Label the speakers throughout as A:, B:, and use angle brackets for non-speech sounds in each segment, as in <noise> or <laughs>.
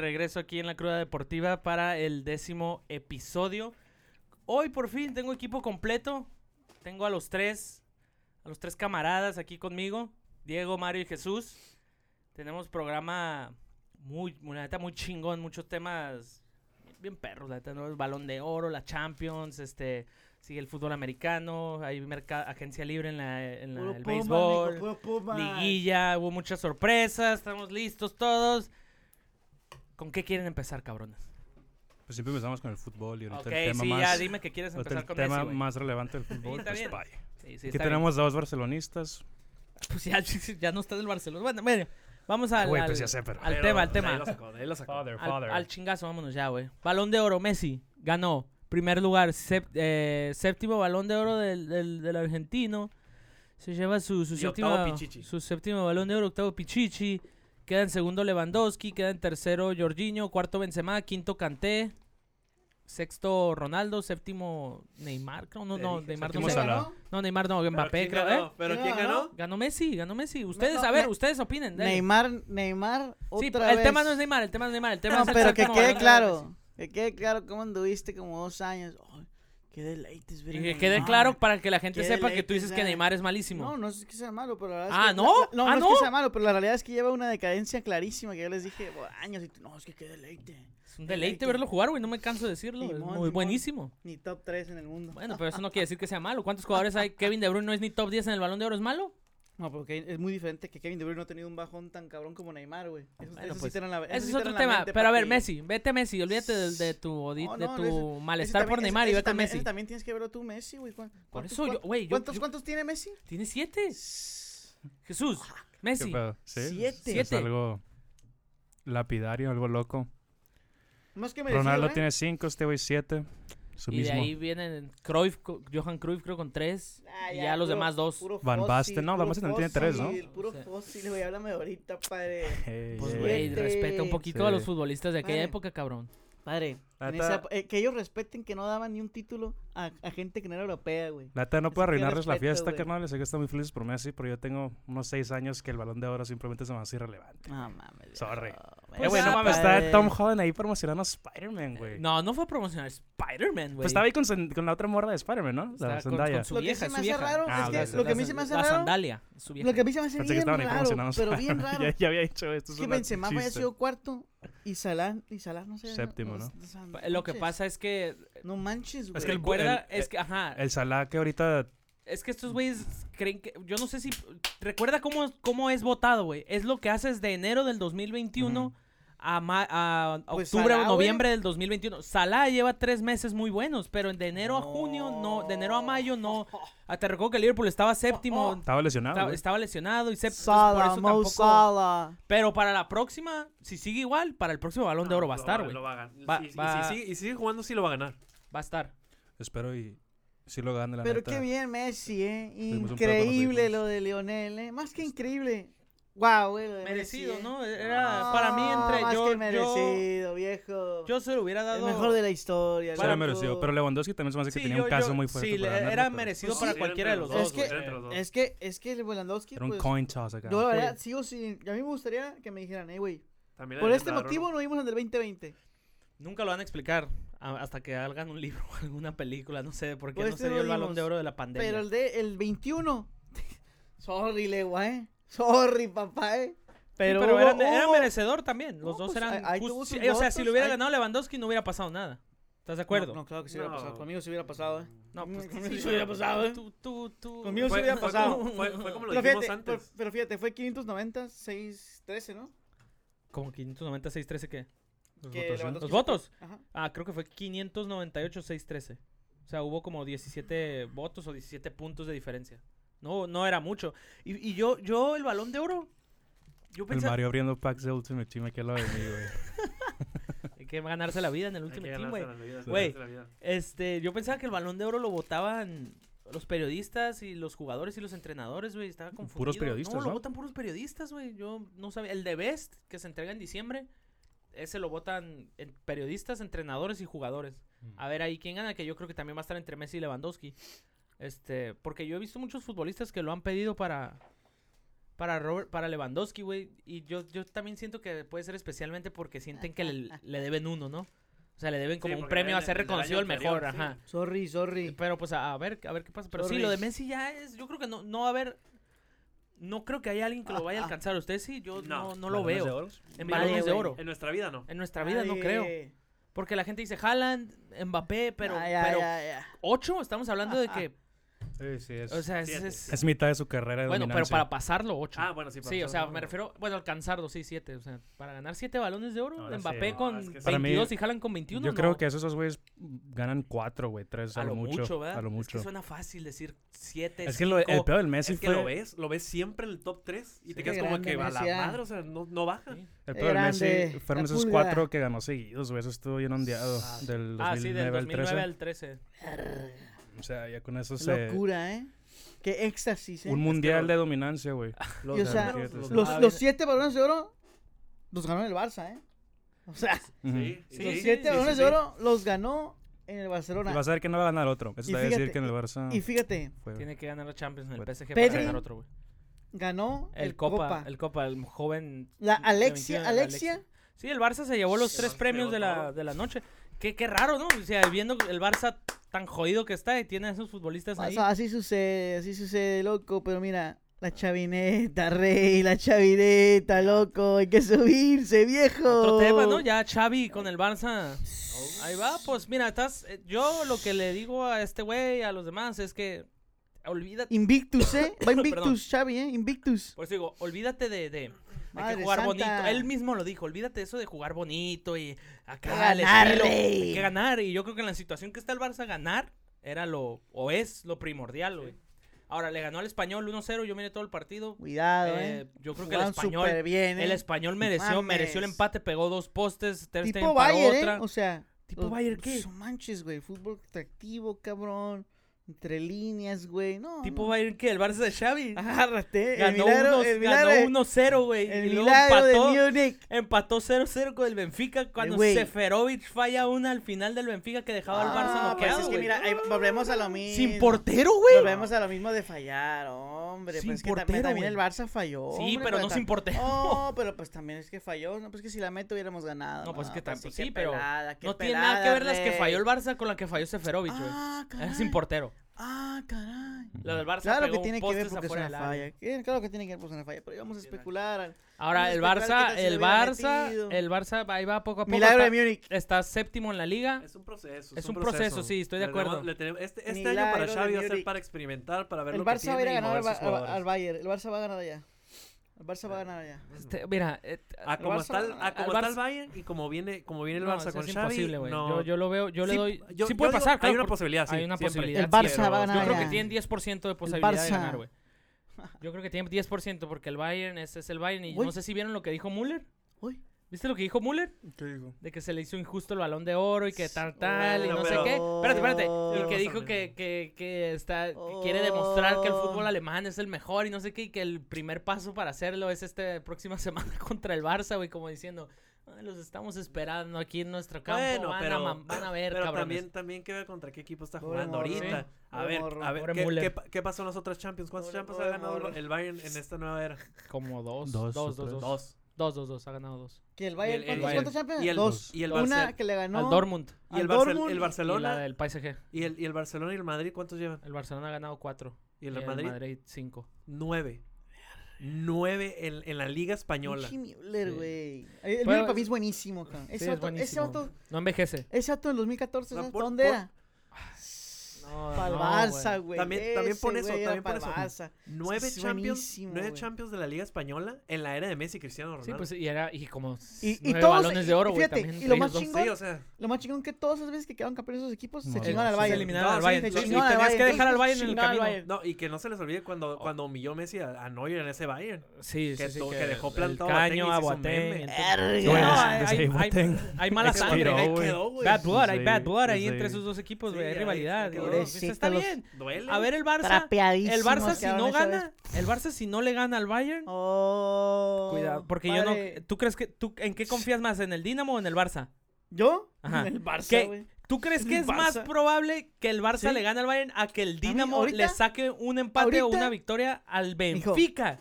A: Regreso aquí en la cruda deportiva para el décimo episodio. Hoy por fin tengo equipo completo. Tengo a los tres, a los tres camaradas aquí conmigo, Diego, Mario y Jesús. Tenemos programa muy, la neta, muy chingón, muchos temas bien perros, la neta, ¿no? El balón de oro, la Champions, este, sigue el fútbol americano, hay merca- agencia libre en la, en la-
B: Puro
A: el
B: Puma,
A: béisbol.
B: amigo, puro Puma.
A: Liguilla, hubo muchas sorpresas, estamos listos todos. ¿Con qué quieren empezar, cabrones?
C: Pues siempre empezamos con el fútbol y ahorita
A: Ok,
C: el tema
A: sí,
C: más,
A: ya dime que quieres
C: ahorita
A: empezar
C: el
A: con
C: tema
A: Messi, güey.
C: más relevante del fútbol.
A: está
C: pues,
A: bien.
C: vaya.
A: Sí, sí,
C: Aquí
A: está
C: tenemos dos barcelonistas.
A: bien. <laughs> Pues ya, <laughs> ya no está del Barcelona. Bueno, bueno, vamos al,
C: Güey,
A: al,
C: pues ya sé, pero-
A: al
C: pero-
A: tema, al
C: pues
A: tema.
C: ahí lo sacó, de ahí lo sacó. Father,
A: Al,
C: father.
A: al chingazo, vámonos ya, güey. Balón de oro, Messi ganó. Primer lugar, sep- eh, séptimo balón de oro del, del- del argentino. Se lleva su, su,
B: Y
A: séptimo,
B: octavo Pichichi.
A: su séptimo balón de oro, octavo Pichichi. Queda en segundo Lewandowski, queda en tercero Jorginho, cuarto Benzema, quinto Kanté, sexto Ronaldo, séptimo Neymar, creo. No,
B: Te
A: no,
B: dije,
A: Neymar no,
C: séptimo
A: sé.
C: Salah.
A: no, Neymar no, Mbappé,
B: ¿Pero quién
A: creo,
B: ganó?
A: ¿eh?
B: ¿Pero
D: No,
B: quién
D: no.
B: ganó?
A: Ganó Messi, ganó Messi. Ustedes,
D: no,
A: a ver,
D: ne-
A: ustedes opinen. dale.
D: Neymar, Neymar,
A: Sí,
D: otra
A: el
D: vez.
A: tema no es Neymar, el tema no es Neymar, el tema
D: No,
A: es el
D: pero que
A: séptimo
D: quede
A: balón de oro de Messi.
D: claro. Que quede claro cómo anduviste como dos años. Ay, qué deleites, ver
A: Y
D: a
A: que
D: Neymar.
A: quede claro para que la gente
D: Qué
A: sepa que tú
D: deleite,
A: dices que
D: o sea,
A: Neymar es malísimo.
D: No, no es que sea malo, pero la verdad
A: Ah,
D: es que...
A: ¿no?
D: la- no,
A: Ah,
D: no es
A: ¿no?
D: que sea malo, pero la realidad es que lleva una decadencia clarísima que yo les dije por años. Y tú, no, es que qué deleite.
A: es un deleite verlo jugar, güey. No me canso de decirlo. es
D: Simón,
A: muy
D: Simón.
A: buenísimo.
D: Ni top 3 en el mundo.
A: Bueno, pero eso no quiere decir que sea malo. ¿Cuántos jugadores hay? Kevin De Bruyne no es ni top 10 en el Balón de Oro, ¿es malo?
D: No, porque es muy diferente que Kevin De Bruyne no ha tenido un bajón tan cabrón como Neymar, güey. Eso,
A: Bueno,
D: eso sí
A: pues,
D: te dan la- eso
A: Ese
D: sí
A: es
D: te
A: otro
D: dan la
A: tema.
D: mente
A: Pero a ver,
D: porque-
A: Messi. Vete a Messi. Olvídate de, de tu, odi-
D: No,
A: de
D: no,
A: tu
D: ese- Ese
A: malestar por
D: también-
A: Neymar
D: ese-
A: y
D: ese
A: ve con
D: también-
A: Messi.
D: Ese también tienes que verlo tú, Messi, güey. ¿Cuán-
A: Por
D: cuántos-
A: eso, yo- güey, yo-
D: ¿Cuántos,
A: yo-
D: cuántos tiene Messi?
A: Tiene siete. Jesús,
C: ¿Qué
A: Messi.
C: pedo? Sí, es-
D: Siete.
C: Es
A: Siete.
C: algo lapidario, algo loco.
D: Más que merecido,
C: Ronaldo
D: ¿eh?
C: tiene cinco, este güey siete. Su
A: Y de
C: mismo.
A: ahí vienen Cruyff, co- Johan Cruyff, creo, con tres.
D: Ah,
A: y ya los
D: puro-
A: demás dos.
D: puro
C: Van
D: fósil,
C: Basten, no, Van
D: puro
C: Basten también tiene tres, ¿no?
D: fósil, Puro
A: Sí.
D: fósil, güey, háblame ahorita, padre.
C: Ey,
A: Pues,
C: ey,
A: güey,
C: ey.
D: siete.
A: respeta un poquito
C: Sí.
A: a los futbolistas de aquella
D: Vale.
A: época, cabrón.
D: Padre,
C: La
D: en
C: neta-
D: esa- eh, que ellos respeten que no daban ni un título a, a gente que no era europea, güey.
C: La neta, no
D: Así
C: puedo
D: que
C: arruinarles la
D: respeto,
C: fiesta,
D: güey.
C: carnal. Sé que están muy felices por Messi, pero yo tengo unos seis años que el balón de oro simplemente se me hace irrelevante.
D: No mames.
C: Sorry.
D: no,
C: eh,
A: Pues
C: güey, no
A: ya,
C: mames,
D: padre.
C: está Tom Holland ahí promocionando a Spider-Man, güey.
A: No, no fue a promocionar Spider-Man, güey.
C: Pues estaba ahí con, Zend- con la otra morra de Spider-Man, ¿no?
A: Estaba
C: La
A: con-
C: Zendaya.
A: con su
D: Lo que
A: vieja,
D: se me
A: su
D: hace
A: vieja.
D: raro es
C: Ah, que- ok.
A: la-
C: lo que
D: a mí
A: la-
D: se me hace
A: la
D: raro-
A: sandalia, su vieja.
D: Lo que a mí se me hace
C: Pensé que
D: bien
C: estaban ahí
D: raro,
C: promocionando
D: pero bien raro.
C: <laughs> ya, ya había dicho esto. Es
D: que
C: una
D: Benzema
C: chiste.
D: había sido cuarto y Salah, y Salah no sé.
C: Séptimo, ¿no?
D: o sea, no
A: Eh, Lo que
D: manches.
A: pasa es que
D: No manches, güey.
C: Es que el-
A: recuerda
C: el-
A: es que ajá,
C: El Salah que ahorita...
A: es que estos güeyes creen que yo no sé si recuerda cómo cómo es votado, güey. Es lo que haces de enero del 2021
C: Ujú.
A: a, ma- a
D: Pues
A: octubre o
D: Salah,
A: noviembre del 2021. Salah lleva tres meses muy buenos, pero de enero a
D: No.
A: junio no, de enero a mayo no. Ah, Te recuerdo que el Liverpool estaba
D: <laughs>
A: séptimo,
C: Estaba lesionado,
A: estaba,
C: güey.
A: estaba lesionado y séptimo, por
D: Sala,
A: eso
D: Mo
A: tampoco.
D: Sala.
A: Pero para la próxima, si sigue igual, para el próximo Balón de Oro va a estar, güey.
B: Ah, Lo
A: Va
B: va a ganar.
A: Va-
B: Y- y, si
A: va-
B: sigue- y sigue jugando, sí lo va a ganar.
A: a estar.
C: Espero y si lo gane la
D: Pero
C: neta.
D: qué bien Messi, ¿eh?
C: Fuimos un pedo con los
D: Increíble
C: Eagles.
D: lo de Lionel, ¿eh? Más que increíble. Wow, güey, lo de
A: Merecido,
D: Messi, ¿eh?
A: ¿no? Era
D: No,
A: para mí entre
D: más
A: yo,
D: que
A: yo
D: merecido, viejo.
A: yo se lo hubiera
D: el
A: dado
D: mejor de la historia.
C: Se lo
D: loco.
C: merecido. Pero Lewandowski también se me hace que
A: Sí,
C: tenía
A: yo-
C: un caso
A: yo-
C: muy fuerte
A: Sí,
C: para
A: le-
C: ganarlo,
A: era
C: pero-
A: merecido
B: Pues sí,
A: para
B: era
A: cualquiera de
B: entre
A: los dos,
D: es
B: los
D: que,
A: güey.
B: güey, entre los dos.
D: es que es que el Lewandowski
C: Era un
D: pues,
C: coin toss acá.
D: yo la
A: Sí.
D: verdad sigo sin a mí me gustaría que me dijeran, "Eh, güey,
B: También
D: por
B: le
D: este
B: ganaron.
D: motivo no vimos el del 2020."
A: Nunca lo van a explicar a- hasta que hagan un <laughs> libro o alguna película, no sé, porque
D: Pues
A: no
D: este
A: se
D: lo
A: dio el Balón
D: vimos.
A: de Oro de la pandemia.
D: Pero el de el 21 <laughs> Sorry, legua, eh. Sorry, papá, eh.
A: pero
D: Pero,
A: era,
D: hubo-
A: era
D: hubo-
A: merecedor también. Los
D: No,
A: dos
D: pues,
A: eran.
D: ahí- ahí
A: just-
D: tuvo sus
A: sí, o sea, si
D: votos,
A: lo hubiera
D: ahí-
A: ganado Lewandowski, no hubiera pasado nada. ¿Estás de acuerdo?
D: No, no, claro que sí
B: No.
D: hubiera pasado. Conmigo se hubiera pasado, eh.
A: No, pues,
D: Conmigo <laughs> sí hubiera pasado, eh.
A: Tú, tú, tú.
D: Conmigo
B: Fue,
D: sí hubiera
B: fue
D: pasado.
B: Como, fue, fue como lo
D: Pero
B: dijimos
D: fíjate, pero,
B: antes.
D: pero fíjate, fue 590, 613, ¿no?
A: Como 596, 13, ¿qué?
D: Que
C: votos, ¿sí?
D: Lewandowski
A: ¿Los
D: sacó-
A: votos?
D: Ajá.
A: Ah, creo que fue 598-613. O sea, hubo como 17 votos o 17 puntos de diferencia. No, no era mucho. Y, y yo, yo, el balón de oro. Yo
C: El
A: pensaba
C: Mario abriendo packs de Ultimate Team aquí al lado de mí, güey.
A: Hay que ganarse la vida en el
B: Hay que
A: último team,
B: ganarse
A: güey.
B: la vida,
A: Güey.
B: ganarse la vida.
A: Este, yo pensaba que el balón de oro lo votaban los periodistas y los jugadores y los entrenadores, güey. Estaba confundido.
C: periodistas,
A: No, lo
C: ¿no?
A: votan puros periodistas, güey. Yo no sabía. El de Best, que se entrega en diciembre, ese lo votan en- periodistas, entrenadores y jugadores.
C: Mm.
A: A ver ahí quién gana, que yo creo que también va a estar entre Messi y Lewandowski. Este, porque yo he visto muchos futbolistas que lo han pedido para para Robert, para Lewandowski, güey. Y yo, yo también siento que puede ser especialmente porque sienten que le, le deben uno, ¿no? O sea, le deben como un
C: porque
A: premio a
C: deben
A: ser
C: el- el del año
A: reconocido el mejor,
C: anterior, sí.
A: ajá.
D: Sorry, sorry.
A: Pero pues a, a ver, a ver qué pasa. Pero sí,
D: Sorry.
A: lo de Messi ya es, yo creo que no, no va a haber, no creo que haya alguien que lo vaya a alcanzar. Usted sí, yo no,
B: No,
A: <laughs> no lo
C: Balones de
A: veo.
C: oro.
A: En
D: Nadie,
A: balones de
D: güey.
A: oro.
B: En nuestra vida no.
A: En nuestra vida no creo. Porque la gente dice Haaland, Mbappé, pero,
D: Ah, ya,
A: pero
D: ya, ya.
A: ocho, estamos hablando de que,
C: Sí, sí, es,
A: o sea, es-
B: Siete.
A: es-
C: es mitad de su carrera de
A: bueno, pero
C: dominancia.
A: para pasarlo ocho.
B: Ah, bueno, sí. para
A: Sí, o
B: nosotros
A: sea,
B: no,
A: me
B: pero-
A: refiero, bueno, alcanzarlo, sí, siete. O sea, para ganar siete balones de oro,
C: Ahora sí,
A: Mbappé
B: no,
A: con
B: es que sí.
C: Para mí,
A: 22 y Haaland con 21.
C: Yo creo
A: no.
C: que esos esos güeyes ganan cuatro, güey, tres a, lo mucho.
A: ¿verdad?
C: a lo
A: Es que
C: mucho.
A: suena fácil decir siete,
C: Es que lo- el
A: cinco.
C: peor del Messi
B: es que
C: fue.
B: lo ves, lo ves siempre en el top 3 y
D: Sí,
B: te quedas como
D: grande
B: que a la
D: Messi, ah.
B: madre, o sea, no, no baja.
A: Sí.
C: El
D: Qué
C: peor del Messi
D: grande,
C: fueron
D: la
C: esos
D: pulga.
C: cuatro que ganó seguidos, güey. Eso estuvo bien ondeado. Del 2009
A: Ah, sí, del
C: al
A: 2009
C: 13.
A: al 13.
C: O sea, ya con
A: Pues,
C: eso se.
D: Locura, ¿eh? Qué éxtasis, ¿eh?
C: Un mundial de dominancia, güey.
B: Los
D: Y, o sea,
B: números,
C: los-
D: Los,
A: A
D: los
A: ver.
D: siete balones de oro los ganó en el Barça, ¿eh? O sea,
C: Ujú.
B: Sí, sí,
D: los
A: sí,
D: siete
A: sí,
D: balones
A: sí.
D: de oro los ganó en el
C: Y
D: Barcelona.
C: vas a ver que no va a ganar otro. Eso
D: Y
C: te va a decir
D: fíjate,
C: que en el Barça.
D: Y fíjate,
C: fue-
A: Tiene que ganar la Champions en el
C: Bueno.
A: PSG para
D: Pedri.
A: ganar otro, güey.
D: ganó
A: El, Copa, el
D: El...
A: Copa, el joven.
D: La
A: de 21
D: Alexia,
A: de
D: Alexia,
A: Sí, el Barça se llevó los
B: Sí,
A: tres
B: se
A: premios
B: llevó
A: de la,
B: todo.
A: de la noche. Qué, qué raro, ¿no? O sea, viendo el Barça tan jodido que está y tiene a esos futbolistas
D: O
A: ahí.
D: sea, así sucede, así sucede, loco, pero mira, la chavineta, rey, la chavineta, loco, hay que subirse, viejo.
A: Otro tema, ¿no? Ya Xavi con el Barça. Ahí va, pues mira, estás. eh, Yo lo que le digo a este güey, a los demás, es que. Olvídate. <coughs>
D: Invictus, ¿eh? Va
A: Perdón.
D: Invictus, Xavi, ¿eh? Invictus.
A: Por eso digo, olvídate de. de- Hay
D: Madre
A: que jugar
D: santa.
A: bonito. Él mismo lo dijo, olvídate eso de jugar bonito y acá el
D: Ganar,
A: estilo.
D: rey.
A: Hay que ganar. Y yo creo que en la situación que está el Barça, ganar era lo, o es lo primordial, güey. Ahora, le ganó al español 1-0, yo miré todo el partido.
D: Cuidado,
A: Eh,
D: ¿eh?
A: yo creo que el
D: Jugaron
A: español,
D: superbién, ¿eh?
A: el español mereció, mereció el
D: Mames.
A: empate, pegó dos postes, Ter Stegen
D: Tipo
A: paró
D: Bayern,
A: otra.
D: ¿eh? O sea.
A: ¿Tipo
D: los-
A: Bayern qué?
D: No manches, güey. Fútbol atractivo, cabrón. Entre líneas, güey. No.
A: Tipo
D: no.
A: Bayern que el Barça de Xavi
D: Agárrate. eh,
A: ganó
D: el milagro,
A: unos-
D: el milagro,
A: ganó 1-0, güey,
D: el
A: y luego
D: milagro de
A: empató.
D: Múnich.
A: Empató 0-0 con el Benfica cuando
D: güey.
A: Seferovic falla una al final del Benfica que dejaba al Barça
D: Ah, pues
A: noqueado,
D: es que
A: güey.
D: mira, eh, ahí volvemos a lo mismo.
A: Sin portero, güey.
D: Volvemos a lo mismo de fallar, hombre.
A: Sin
D: pues es que tam-
A: portero,
D: también el
A: güey.
D: Barça falló.
A: Sí,
D: hombre,
A: pero no
D: tam-
A: sin portero.
D: No, pero pues también es que falló. No, pues que si la meto hubiéramos ganado.
A: No, pues es que
D: sí,
A: tampoco.
D: qué
A: Sí, pero
D: pelada, qué
A: no tiene nada que
D: pelada,
A: ver las que
D: rey.
A: falló el Barça con las que falló Seferovic, güey.
D: Ah,
A: Era
D: caray.
A: sin portero.
D: Ah, caray.
A: La del Barça
D: Claro
A: pegó
D: que
A: un
D: tiene que ver
A: postes
D: porque es
A: afuera
D: una
A: del área.
D: falla. Eh, Claro que tiene que ver porque es una falla. Pero íbamos a especular. al-
A: Ahora
D: Vamos a
A: el
D: especular qué
A: Barça,
D: tal si
A: el
D: lo hubiera
A: Barça,
D: metido.
A: el Barça ahí va poco a poco.
D: Milagro de
A: está,
D: Múnich.
A: está séptimo en la liga.
B: Es un proceso.
A: Es un proceso, sí, estoy de
B: Le tenemos-
A: acuerdo.
B: le tenemos- este este
D: Milagro
B: año para
D: de
B: Xavi va a
D: Múnich.
B: ser para experimentar, para ver
D: El
B: lo que
D: Barça va a ir a
B: tiene y
D: ganar al,
B: mover sus
D: Ba- al- al
B: jugadores.
D: Bayern. El Barça va a ganar allá. El Barça va a ganar allá.
A: Este, mira, eh,
B: A como
D: Barça va
B: está
D: a
B: el,
D: ganar.
B: a como
A: Al
B: está el Bayern y como viene, como viene el
A: no,
B: Barça
A: eso
B: con
A: es
B: Xavi,
A: imposible, güey.
B: no.
A: Yo, yo lo veo, yo le
B: Sí,
A: doy.
B: yo-
A: sí
B: yo
A: puede
B: digo,
A: pasar,
B: hay
A: claro,
B: una
A: por-
B: posibilidad, sí,
A: Hay una
B: siempre.
A: posibilidad.
D: El Barça
A: pero
D: va a ganar
A: Yo creo que
D: allá.
A: tienen 10% de posibilidad de
D: Barça.
A: ganar, güey. Yo creo que tienen 10% porque el Bayern es, es el Bayern. Y
D: Uy.
A: no sé si vieron lo que dijo Müller.
D: Uy.
A: ¿Viste lo que dijo Müller?
C: ¿Qué dijo?
A: De que se le hizo injusto el balón de oro y que tal, tal, y
B: Oh,
A: no sé
B: pero-
A: qué. Espérate, espérate.
D: Pero
A: Y que
B: pasa
A: dijo
B: lo
A: que,
B: mismo.
A: que, que está, que quiere demostrar que el
B: Oh.
A: fútbol alemán es el mejor y no sé qué. Y que el primer paso para hacerlo es esta próxima <laughs> semana contra el Barça, güey. Como diciendo, "Ay, los estamos esperando aquí en nuestro campo.
B: Bueno,
A: van, a,
B: pero-
A: mam- van a ver,
B: Pero
A: cabrones".
B: también, también que ver contra qué equipo está
D: Pobre
B: jugando
D: morro.
B: ahorita.
A: Sí.
B: A
D: Pobre
B: ver,
D: morro.
B: a ver,
A: Pobre
B: ¿qué,
A: Müller.
B: qué, pa- qué pasó en las otras Champions? ¿Cuántas
D: Pobre-
B: Champions ha
D: pobre
B: ganado
D: morro.
B: el Bayern en esta nueva era?
A: Como dos. Dos,
C: Dos o
A: dos, dos. Dos,
C: tres.
A: dos,
B: Dos.
A: dos, dos, Ha ganado dos.
D: ¿Que el Bayern
B: el-
D: cuántos-
B: el-
D: cuántos Champions?
B: y el-
D: Dos.
B: y el
D: Una
B: Barça-
D: que le ganó.
A: Al Dortmund.
B: Y
D: al
B: el, Barce-
D: Dortmund
B: el
A: Y la
B: Barcelona
A: del PSG.
B: y, el, y el Barcelona y el Madrid, ¿cuántos llevan?
A: El Barcelona ha ganado cuatro.
B: Y el Real Madrid,
A: cinco.
B: nueve. Nueve en, en la Liga Española.
D: Pinche Müller,
A: Sí.
D: güey. El
A: Pero-
D: Müller para mí es buenísimo, cabrón.
A: Sí,
D: Ese
A: es
D: vato- Ese
A: buenísimo.
D: auto,
A: No envejece.
D: ese auto en 2014,
B: No,
D: ¿sabes
B: por-
D: dónde
B: por-
D: era?
A: No,
D: Para el
A: no,
D: Barça,
A: güey.
D: güey.
B: También- también pon
D: Ese
B: eso,
D: güey era
B: también pon
D: para
B: eso.
D: Barça.
B: Nueve
D: Es
B: Champions,
D: buenísimo,
B: nueve
D: güey.
B: Champions de la Liga Española en la era de Messi y Cristiano Ronaldo.
A: Sí, pues y era y como
D: Y- y
A: nueve
D: todos-
A: balones de oro, güey,
D: fíjate,
A: también
D: y
A: entre
D: lo más
A: ellos dos.
D: chingón-
B: Sí, o sea,
D: Lo más chingón que todas las veces que quedaban campeones esos equipos, se
C: No,
D: chingaban
C: no,
D: al
C: se
A: Se
D: Bayern.
A: eliminaron al
B: sí,
A: Bayern.
B: se
A: Y
D: chingaron al
A: tenías que
D: Bayern.
A: dejar al Bayern en el
D: Chingaron al
A: camino.
D: Bayern.
B: no, y que no se les olvide
A: Oh.
B: cuando, cuando humilló Messi a, a Neuer en ese Bayern.
A: Sí, sí,
B: Que
A: sí,
B: to- que dejó
A: el-
B: plantado
A: el
B: a Boateng y
A: caño a
B: hizo un
A: Boateng.
B: meme.
A: entonces- pues,
C: Erga.
A: No,
C: Sí,
A: hay-
C: desde ahí
A: hay-
C: Boateng
A: hay- Hay mala
B: Expiró,
A: sangre. hay-
B: güey.
C: quedó,
A: Bad blood, hay
C: Desde
A: bad
C: ahí-
A: blood ahí
C: desde
A: entre
C: ahí.
A: esos dos equipos, güey.
B: Sí,
A: Hay
B: ahí
A: rivalidad. y todo, pues,
B: quedó.
A: Está
D: Pobrecitos los-
A: bien.
B: Duele.
A: A ver, el Barça. El
D: Trapeadísimos
A: Barça si
D: quedaron
A: no
D: esa vez.
A: gana, el Barça si no le gana al Bayern,
D: Oh,
A: Cuidado, porque yo
D: padre.
A: no. ¿Tú crees que tú en qué confías más en el Dinamo o en el Barça?
D: ¿Yo?
A: Ajá.
D: En el
A: ¿Qué?
D: Barça, güey.
A: ¿Tú crees
D: En
A: que
D: el
A: es más
D: Barça.
A: probable que el Barça
D: Sí.
A: le gane al Bayern a que el
D: mí,
A: Dinamo
D: ahorita-
A: le saque un empate o
D: ahorita-
A: una victoria al
D: Mijo.
A: Benfica?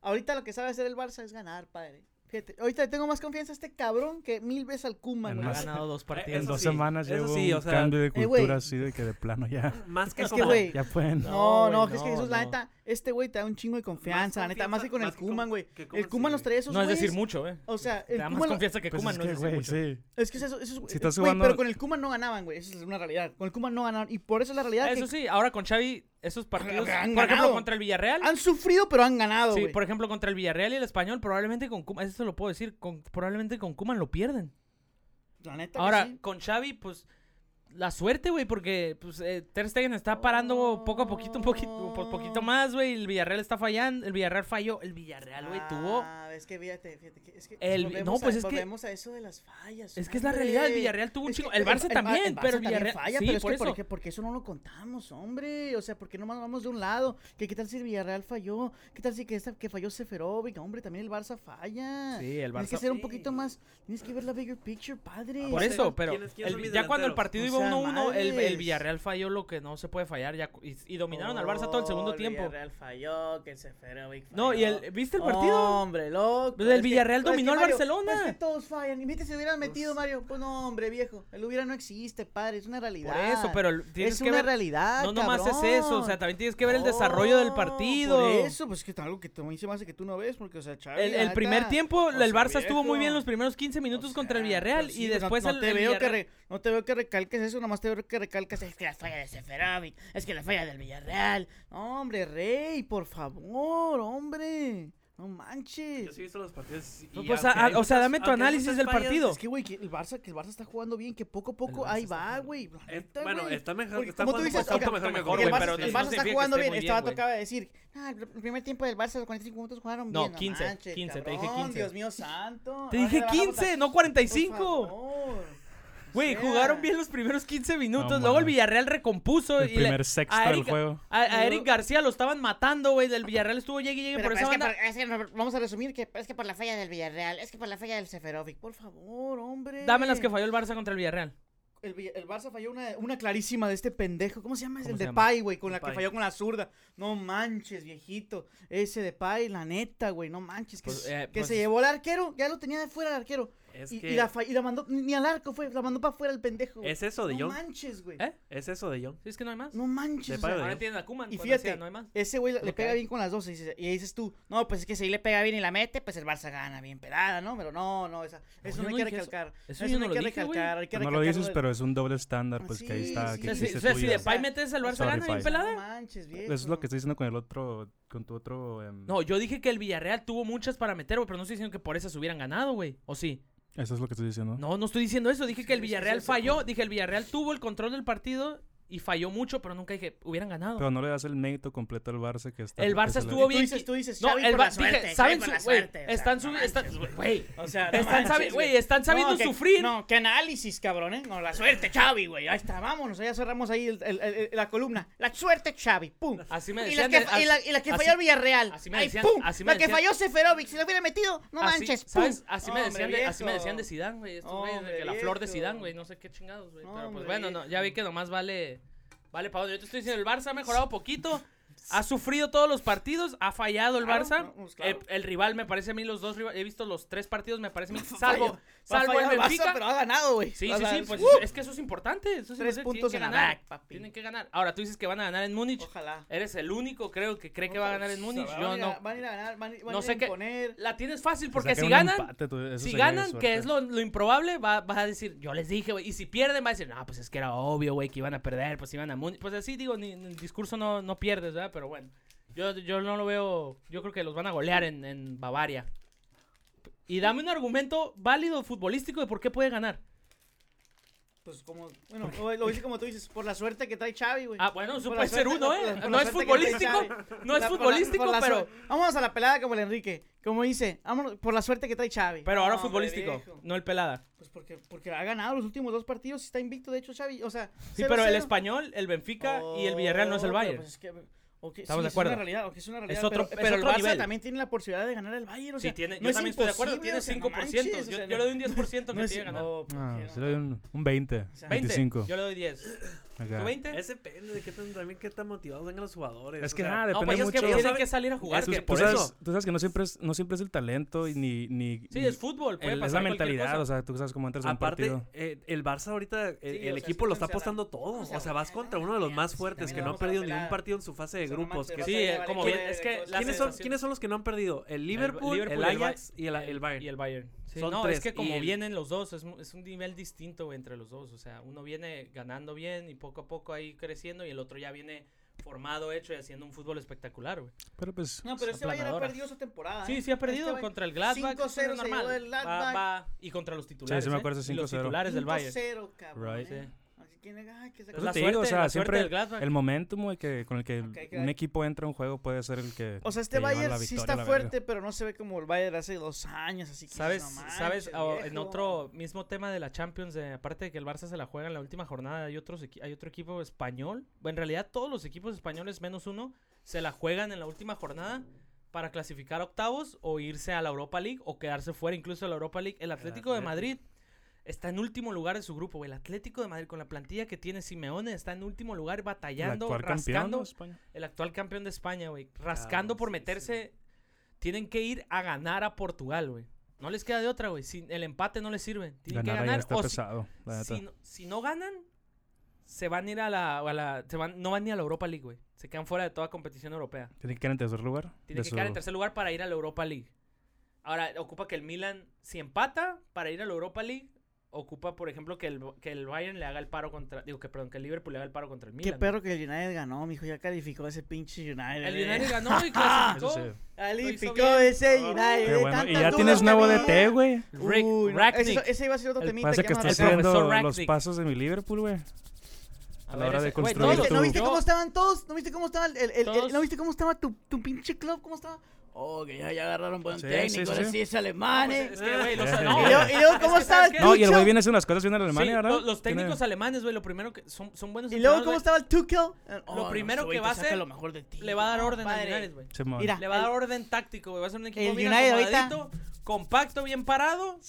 D: Ahorita lo que sabe hacer el Barça es ganar, padre. Fíjate, ahorita le tengo más confianza a este cabrón que mil veces al Kuman,
C: En
A: Ha
C: más-
D: güey.
A: ganado Eh, dos partidos.
C: En
B: eso
C: dos
B: sí,
C: semanas
B: eso
C: llevo
B: sí,
C: un
B: o sea,
C: cambio de
D: güey.
C: cultura así de que de plano ya,
B: Más que
D: Es que,
B: como-
D: güey,
C: ya pueden.
D: No,
A: No,
D: no,
A: güey,
D: es que Jesús,
A: no,
D: la
A: no.
D: neta, este güey te da un chingo de confianza, la neta, más que con el
B: más que con-
D: Kuman, güey.
B: que
D: El
B: Koeman
D: Kuman
B: sí.
D: los traía esos
A: No es decir
D: güeyes-
A: mucho, ¿eh?
D: O sea,
A: Te
D: el
A: da más
D: Koeman lo-
A: confianza que
C: Pues
A: Kuman,
C: es
A: no
C: que,
A: es decir
C: güey,
A: mucho.
C: sí.
D: Es que eso, eso es,
C: Si estás
D: güey,
C: jugando-
D: pero con el Kuman no ganaban, güey. Eso es una realidad. Con el Kuman no ganaban. Y por eso es la realidad.
A: Eso
D: que
A: sí, ahora con Xavi, esos partidos,
D: Han
A: por ejemplo,
D: ganado.
A: contra el Villarreal.
D: Han sufrido, pero han ganado,
A: Sí,
D: güey.
A: por ejemplo, contra el Villarreal y el Español, probablemente con Kuman, eso lo puedo decir, con- probablemente con Kuman lo pierden.
D: La neta que
A: Ahora,
D: sí.
A: con Xavi, pues, la suerte, güey, porque pues, eh, Ter Stegen está parando poco a poquito, un
D: Oh.
A: poquito, po- poquito más, güey, el Villarreal está fallando, el Villarreal falló, el Villarreal, güey, tuvo...
D: Ah, es que fíjate, fíjate. que- Es que
A: El-
D: volvemos
A: no, pues
D: a,
A: es que-
D: volvemos a eso de las fallas.
A: Es que es la
D: hombre.
A: realidad, el Villarreal tuvo un
D: Es que
A: chingo- el Barça también,
D: Barça
A: pero el
D: también
A: Villarreal-
D: falla,
A: sí,
D: pero es
A: por
D: que
A: eso.
D: Porque, porque eso no lo contamos, hombre. O sea, porque nomás vamos de un lado. Que qué tal si el Villarreal falló? ¿Qué tal si que, esta, que falló Seferovic? Hombre, también el Barça falla.
A: Sí, el
D: Tienes que
A: Barça-
D: ser un
B: Sí.
D: poquito más. Tienes que ver la bigger picture, padre.
A: Por
D: O sea,
A: eso, pero
B: ¿quiénes- quiénes
A: el-
B: son mis
A: ya cuando el
B: delanteros?
A: partido
D: O
A: iba
D: sea,
A: 1-1, el, el
D: madres.
A: Villarreal falló lo que no se puede fallar ya, cu- y, y dominaron al Barça todo el segundo
D: Oh,
A: tiempo.
D: Villarreal falló, que Seferovic
A: No, y
D: falló.
A: el, ¿viste el partido?
D: Hombre, loco.
A: Pues el
D: Es que-
A: Villarreal
D: es que
A: dominó al
D: Mario, pues
A: Barcelona.
D: Es que todos fallan. Y mira, se hubieran metido, Mario. Pues no, hombre, viejo. El hubiera no existe, padre. Es una realidad.
A: Por eso, pero el- tienes
D: Es
A: que
D: una
A: ver.
D: realidad.
A: no nomás es eso, o sea,
D: cabrón.
A: también tienes que ver el desarrollo del
D: No,
A: partido.
D: Por eso, pues que es algo que te me hace que tú no ves, porque, o sea, Xavi,
A: El,
D: la
A: el
D: neta,
A: primer tiempo,
D: o
A: el
D: sea,
A: Barça estuvo muy
D: viejo.
A: bien los primeros 15
D: o
A: minutos contra el
D: sea,
A: Villarreal
D: pero sí,
A: y
D: pero
A: después
D: no,
A: el,
D: no te
A: el
D: veo que
A: Villarreal-
D: re- no te veo que recalques eso, nomás te veo que recalcas es que la falla de Seferovic, es que la falla del Villarreal. No, hombre, rey, por favor, hombre. No manches.
B: Yo sí he visto los partidos. y
A: No,
B: ya,
A: pues,
B: aunque
A: a-
B: hay
A: o sea, dame tu
B: aunque hay
A: análisis
B: muchas
A: del
B: fallas,
A: partido.
D: Es que, güey, que el Barça, que el Barça está jugando bien, que poco a poco
A: Barça
D: ahí
A: está
D: va,
A: jugando-
D: güey. la
B: Es-
D: neta,
B: bueno,
D: güey.
B: está mejor.
D: Porque
B: Está
D: como tú
B: jugando
D: dices,
B: un poquito
D: oiga,
B: mejor que
A: porque
D: Porque
A: el
B: Gol,
D: el
A: güey,
D: Barça,
A: pero
B: sí,
A: no
D: el Barça
B: sí.
D: está
A: significa que
D: jugando
A: esté
D: bien.
A: muy
D: Este vato
A: bien,
D: acaba de decir, ah, el pr- primer tiempo del Barça, los 45 minutos jugaron
A: No,
D: bien.
A: 15,
D: manches,
A: 15, te
D: cabrón,
A: dije 15.
D: Dios mío santo.
A: Te
D: Ahora
A: dije
D: le bajamos a-
A: 15, no
D: por
A: 45.
D: favor.
A: Güey,
D: O sea,
A: jugaron bien los primeros 15 minutos.
C: No,
A: Luego el
C: mames.
A: Villarreal recompuso.
C: El
A: y le-
C: primer sexto
A: a
C: del
A: Eric-
C: juego.
A: A, a
D: Yo-
A: Eric García lo estaban matando, güey. Del Villarreal estuvo llegue y llegue
D: Pero
A: por
D: pues
A: esa
D: es que
A: banda.
D: por- es que no- vamos a resumir que es que por la falla del Villarreal, es que por la falla del Seferovic, por favor, hombre.
A: Dame las que falló el Barça contra el Villarreal.
D: El, Villa- el Barça falló una, una clarísima de este pendejo. ¿Cómo se llama? ese?
A: ¿Cómo
D: El
A: se
D: de
A: llama?
D: Pai, güey, con la que
B: Depay.
D: falló con la zurda. No manches, viejito. Ese de Pai, la neta, güey, no manches. Que,
A: Pues,
D: se-
A: eh,
D: que
A: pues-
D: se llevó al arquero, ya lo tenía de fuera el arquero.
B: Es
D: y, y
B: que
D: la fa- y la mandó, ni al arco fue, la mandó para afuera el pendejo. güey.
B: Es eso de
D: No
B: Young.
D: manches, güey.
A: ¿Eh?
B: Es eso de John.
A: ¿Sí es que no hay más?
D: No manches.
B: De
D: o sea,
B: Pai o de
A: Ahora
B: Yo-
A: entienden a Koeman
D: Y
A: cuando decía,
D: fíjate,
A: no hay más.
D: ese güey le-
A: Lo
D: le
A: que
D: pega
A: hay.
D: bien con las dos. Y dices, y dices tú, no, pues es que si le pega bien y la mete, pues el Barça gana bien pelada, ¿no? Pero no, no, esa, eso
A: yo
D: no, hay
A: no
D: que
A: dije eso.
D: recalcar.
A: Eso yo no
D: hay
A: lo
D: que
A: dije, güey.
D: recalcar. Hay que
C: No lo dices,
D: recalcarlo de-
C: pero es un doble estándar, pues que ahí
D: Sí, sí,
C: está.
A: O
C: que
A: sea, si,
C: hiciste
A: o sea, si
C: tuya.
A: de Pai metes al Barça
C: Sorry,
A: gana bien
C: Pai.
D: No
A: pelada.
D: manches,
C: Eso
D: viejo.
C: es lo que estoy diciendo con el otro, con tu otro. em,
A: No, yo dije que el Villarreal tuvo muchas para meter, güey, pero no estoy diciendo que por esas hubieran ganado, güey. ¿O sí?
C: Eso es lo que estoy diciendo.
A: No, no estoy diciendo eso. Dije que el
D: sí, sí,
A: Villarreal
D: sí, sí.
A: falló. Dije, el Villarreal tuvo el control del partido y falló mucho, pero nunca dije, hubieran ganado.
C: Pero no le das el mérito completo al Barça que está.
A: El
C: que
A: Barça
C: se le-
A: estuvo
D: Tú
A: bien
D: dices,
A: que-
D: tú dices,
A: no,
D: Xavi
A: el
D: por la
A: Barça, dije,
D: suerte,
A: saben
D: Xavi
A: su,
D: por la
A: güey,
D: suerte, o sea,
A: están
D: no
A: subi-
D: manches,
A: están-
D: güey.
A: güey,
D: O sea, no
A: están, sabi-
D: manches,
A: güey, están sabiendo
D: No, que-
A: sufrir.
D: No, qué análisis, cabrón, ¿eh? No, la suerte, Xavi, güey. Ahí está, vámonos. Ya cerramos ahí el- el- el- la columna. La suerte, Xavi. Pum.
A: Así me
D: Y la
A: decían.
D: que,
A: de- así-
D: y la- y la que
A: así-
D: falló el Villarreal.
A: así me
D: Ay,
A: decían-
D: ¡pum!
A: así me
D: la que
A: decían-
D: falló Seferovic. Si la hubiera metido, no
A: así-
D: manches. ¡pum!
A: ¿sabes? Así me decían,
D: Hombre,
A: de, así me
D: viejo.
A: decían de Zidane, güey, estos güeyes, de
D: Hombre,
A: que la flor de
D: viejo.
A: Zidane, güey, no sé qué chingados, güey, pero
D: Hombre,
A: pues bueno, no, ya vi
D: viejo.
A: que nomás vale vale para Yo te estoy diciendo, el Barça ha mejorado poquito. Ha sufrido todos los partidos, ha fallado el
D: Claro,
A: Barça.
D: no, pues, claro.
A: el, el rival me parece a mí los dos rival- he visto los tres partidos, me
D: <laughs>
A: parece a mí
D: Falló.
A: salvo
D: Va a
A: salvo el
D: fallar Barça,
A: Benfica.
D: pero ha ganado, güey.
A: Sí,
D: O
A: sí,
D: sea,
A: sí, pues
D: ¡uh!
A: es que eso es importante. Eso es
D: Tres
A: importante,
D: puntos
A: tienen
D: en
A: que
D: la
A: ganar.
D: back, papi.
A: Tienen que ganar. Ahora, tú dices que van a ganar en Múnich.
D: Ojalá.
A: Eres el único, creo, que cree que va a ganar en Múnich.
D: Van a
A: Yo
D: ir a-
A: no.
D: Van a ir a ganar, van a ir van
A: No
D: a ir
A: sé
D: a
A: qué-
D: imponer.
A: La tienes fácil
C: que
A: porque
C: saquen
A: si
C: un
A: ganan,
C: empate, tú- eso
A: si
C: sería de
A: ganan, que es
C: suerte.
A: lo, lo improbable, va- vas a decir, yo les dije, güey. Y si pierden, va a decir, no, pues es que era obvio, güey, que iban a perder, pues iban a Múnich. Pues así digo, ni, en el discurso no, no pierdes, ¿verdad? Pero bueno, yo, yo no lo veo. Yo creo que los van a golear en, en Bavaria. Y dame un argumento válido futbolístico de por qué puede ganar.
D: Pues como, bueno, lo dice como tú dices, por la suerte que trae Xavi, güey.
A: Ah, bueno, eso
D: Por
A: puede
D: la
A: ser
D: suerte-
A: uno,
D: por la-
A: ¿eh?
D: por la
A: No es
D: suerte que tiene
A: futbolístico, no es
D: La- por la-
A: futbolístico,
D: por la
A: pero...
D: suer- Vamos a la pelada como el Enrique. Como dice, vámonos por la suerte que trae Xavi.
A: Pero ahora
D: No, hombre,
A: futbolístico,
D: viejo.
A: no el pelada.
D: Pues porque, porque ha ganado los últimos dos partidos y está invicto, de hecho, Xavi. O sea,
A: Sí,
D: cero,
A: pero el
D: cero.
A: español, el Benfica y el Villarreal no es el
D: Oh, pero
A: Bayern.
D: pues es que- ok,
A: Estamos
D: sí,
A: de acuerdo.
D: Es una realidad, ok, es una realidad,
A: otro-
D: pero,
A: es
D: pero
A: otro
D: el Barça
A: nivel.
D: también tiene la posibilidad de ganar el Bayern. O sea,
A: sí, tiene,
D: no
A: yo
D: es
A: también estoy de acuerdo,
D: imposible,
A: tiene
D: o sea, no
A: 5%.
D: manches, o
A: yo,
D: sea,
A: yo le doy un 10% que
D: no pues, es-
A: tiene ganado.
D: no,
C: Ah,
D: ¿por qué
C: sí
D: no?
C: le doy un, un 20,
A: 20,
C: 25.
A: yo le doy 10.
C: Acá.
A: ¿Tú 20?
B: Ese depende de qué tan, también qué tan motivados vengan los jugadores.
C: Es
B: o
C: que
B: sea,
C: nada,
A: No,
C: depende
A: pues es que
C: mucho. pues,
B: ellos
A: tienen
B: saben-
A: que salir a jugar.
B: Tú-
A: que
C: tú,
A: por
C: sabes,
A: eso.
C: tú sabes que no siempre es, no siempre es el talento y ni, ni
A: Sí,
C: ni
A: es fútbol. Puede
C: el- es
A: pasar
C: la
A: cualquier
C: mentalidad,
A: cosa.
C: o sea, tú sabes cómo entras a un
B: Aparte,
C: partido.
B: eh, el Barça ahorita, el,
D: Sí,
B: el
D: o sea,
B: equipo lo
D: escúchense a la-
B: está apostando todo.
D: escúchense a
B: O sea,
D: la
B: vas
D: mañana,
B: contra uno de los
D: sí,
B: más
D: también
B: fuertes
D: lo
B: que no han
D: vamos a
B: perdido
D: pelar.
B: ningún partido en su fase de
D: O sea,
B: grupos.
D: nomás te
B: que-
D: vas a
A: Sí,
D: llevar
A: eh, como
D: aquí
A: bien,
D: de-
A: es
D: de
A: que
D: todos.
A: la
B: ¿Quiénes son,
A: sensación-
B: ¿Quiénes son los que no han perdido? El Liverpool, el,
A: Liverpool, el
B: Ajax y el, el Bayern.
A: Y el Bayern. Sí,
B: Son
A: no,
B: tres,
A: es que
B: y
A: como
B: el-
A: vienen los dos, es, mu- es un nivel distinto güey, entre los dos. O sea, uno viene ganando bien y poco a poco ahí creciendo y el otro ya viene formado, hecho y haciendo un fútbol espectacular, güey.
C: Pero pues
D: No, pero este Bayern ha
A: Aplanadora.
D: perdido su temporada.
A: Sí,
D: ¿eh?
A: sí ha perdido
D: Este Bayern-
A: contra el Gladbach.
D: 5-0
A: eso es
D: se llevó el
A: Va-
D: Gladbach.
A: va- y contra los titulares.
C: me
A: ¿eh?
C: acuerdo ese
A: Y Los
C: 5-0.
A: titulares del Bayern.
D: 5-0, cabrón.
C: Right.
D: ¿eh?
A: Sí.
D: Así que, ay, que se
A: Pues la
C: te digo, o
A: suerte-
C: sea,
A: la suerte
C: siempre
A: del Gladbach.
C: el momentum güey, que, con el que
D: Ok, que-
C: un equipo entra a un juego puede ser el que
D: O sea, este
C: te lleva a la
D: Bayern sí
C: victoria,
D: está
C: la verga.
D: fuerte, pero no se ve como el Bayern hace dos años, así que
A: ¿Sabes?
D: no
A: ¿Sabes?
D: manches,
A: Ah, o- en
D: viejo.
A: otro mismo tema de la Champions, eh, aparte de que el Barça se la juega en la última jornada, hay, otros equi- hay otro equipo español. Bueno, en realidad todos los equipos españoles, menos uno, se la juegan en la última jornada para clasificar a octavos o irse a la Europa League o quedarse fuera incluso de la Europa League. El Atlético de
B: Atlético.
A: Madrid está en último lugar de su grupo. güey. El Atlético de Madrid con la plantilla que tiene Simeone está en último lugar
C: El
A: batallando,
C: actual campeón,
A: rascando
C: ¿no? España.
A: el actual campeón de España, güey. Rascando
B: Cabrón,
A: por
B: sí,
A: meterse. Tienen que ir a ganar a Portugal, güey. No les queda de otra, güey. Sin, el empate no les sirve. Tienen
C: Ganar
A: que
C: ahí
A: ganar.
C: está
A: o si-
C: pesado, la
A: si,
C: neta.
A: no- si no ganan, se van a ir a la. a la- se van, no van ni a la Europa League, güey. Se quedan fuera de toda competición europea.
C: Tiene que quedar en tercer lugar.
A: Tienen
C: de
A: que
C: su-
A: quedar en tercer lugar para ir a la Europa League. Ahora, ocupa que el Milan, si empata para ir a la Europa League, ocupa, por ejemplo, que el, que el Bayern le haga el paro contra. Digo, que perdón, que el Liverpool le haga el paro contra el
D: Qué
A: Milan.
D: perro que el United ganó, mijo. Ya calificó ese pinche United.
A: El
D: ¿eh? <laughs>
A: United ganó y
C: Eso
A: clasificó.
C: <laughs> sí.
D: Calificó
A: bien.
D: ese
A: Ah.
D: United.
C: Qué
D: de
C: bueno. Y
D: tantas
C: ya
D: dudas
C: tienes
D: que
C: nuevo
D: había.
C: DT, güey.
A: Rick
D: Uy, no,
A: Racknick.
D: Ese, ese iba a ser otro temita.
C: Parece que
D: vamos a
C: estás
A: el
D: tocar.
A: profesor
C: siguiendo los
A: Rangnick.
C: pasos de mi Liverpool, güey. A la hora de
A: ese- güey,
C: construir
A: todos-
D: ¿Viste? ¿No
C: tú.
D: viste cómo estaban todos? ¿No viste cómo estaba el, el- el-
A: Todos.
D: ¿no viste cómo estaba tu, tu pinche club? ¿Cómo estaba? Oh, que ya, ya agarraron buen
C: Sí,
D: técnico,
C: sí, sí,
D: ahora
C: sí.
D: sí es alemán,
A: Pues,
D: eh.
A: es que, güey, los-
C: <laughs> Sí.
A: no,
D: Y luego- y luego, ¿cómo
A: es que,
D: estaba
A: ¿sabes
D: el
A: qué?
C: No, y el güey
D: Lucho?
C: viene a hacer unas cosas bien en
A: Sí,
C: Alemania, ¿verdad?
A: lo- los
C: Tiene-
A: técnicos alemanes, güey, lo primero que son, son buenos.
D: Y
A: entrenadores,
D: luego, ¿cómo
A: güey.
D: estaba el Tuchel?
A: Lo primero que va a hacer, Le va a dar orden a Linares, güey.
C: Simón.
D: Mira.
A: Le va a dar orden táctico, güey. Va a ser un equipo
D: El
A: bien
D: United ahorita-
A: acomodadito, compacto, bien parado.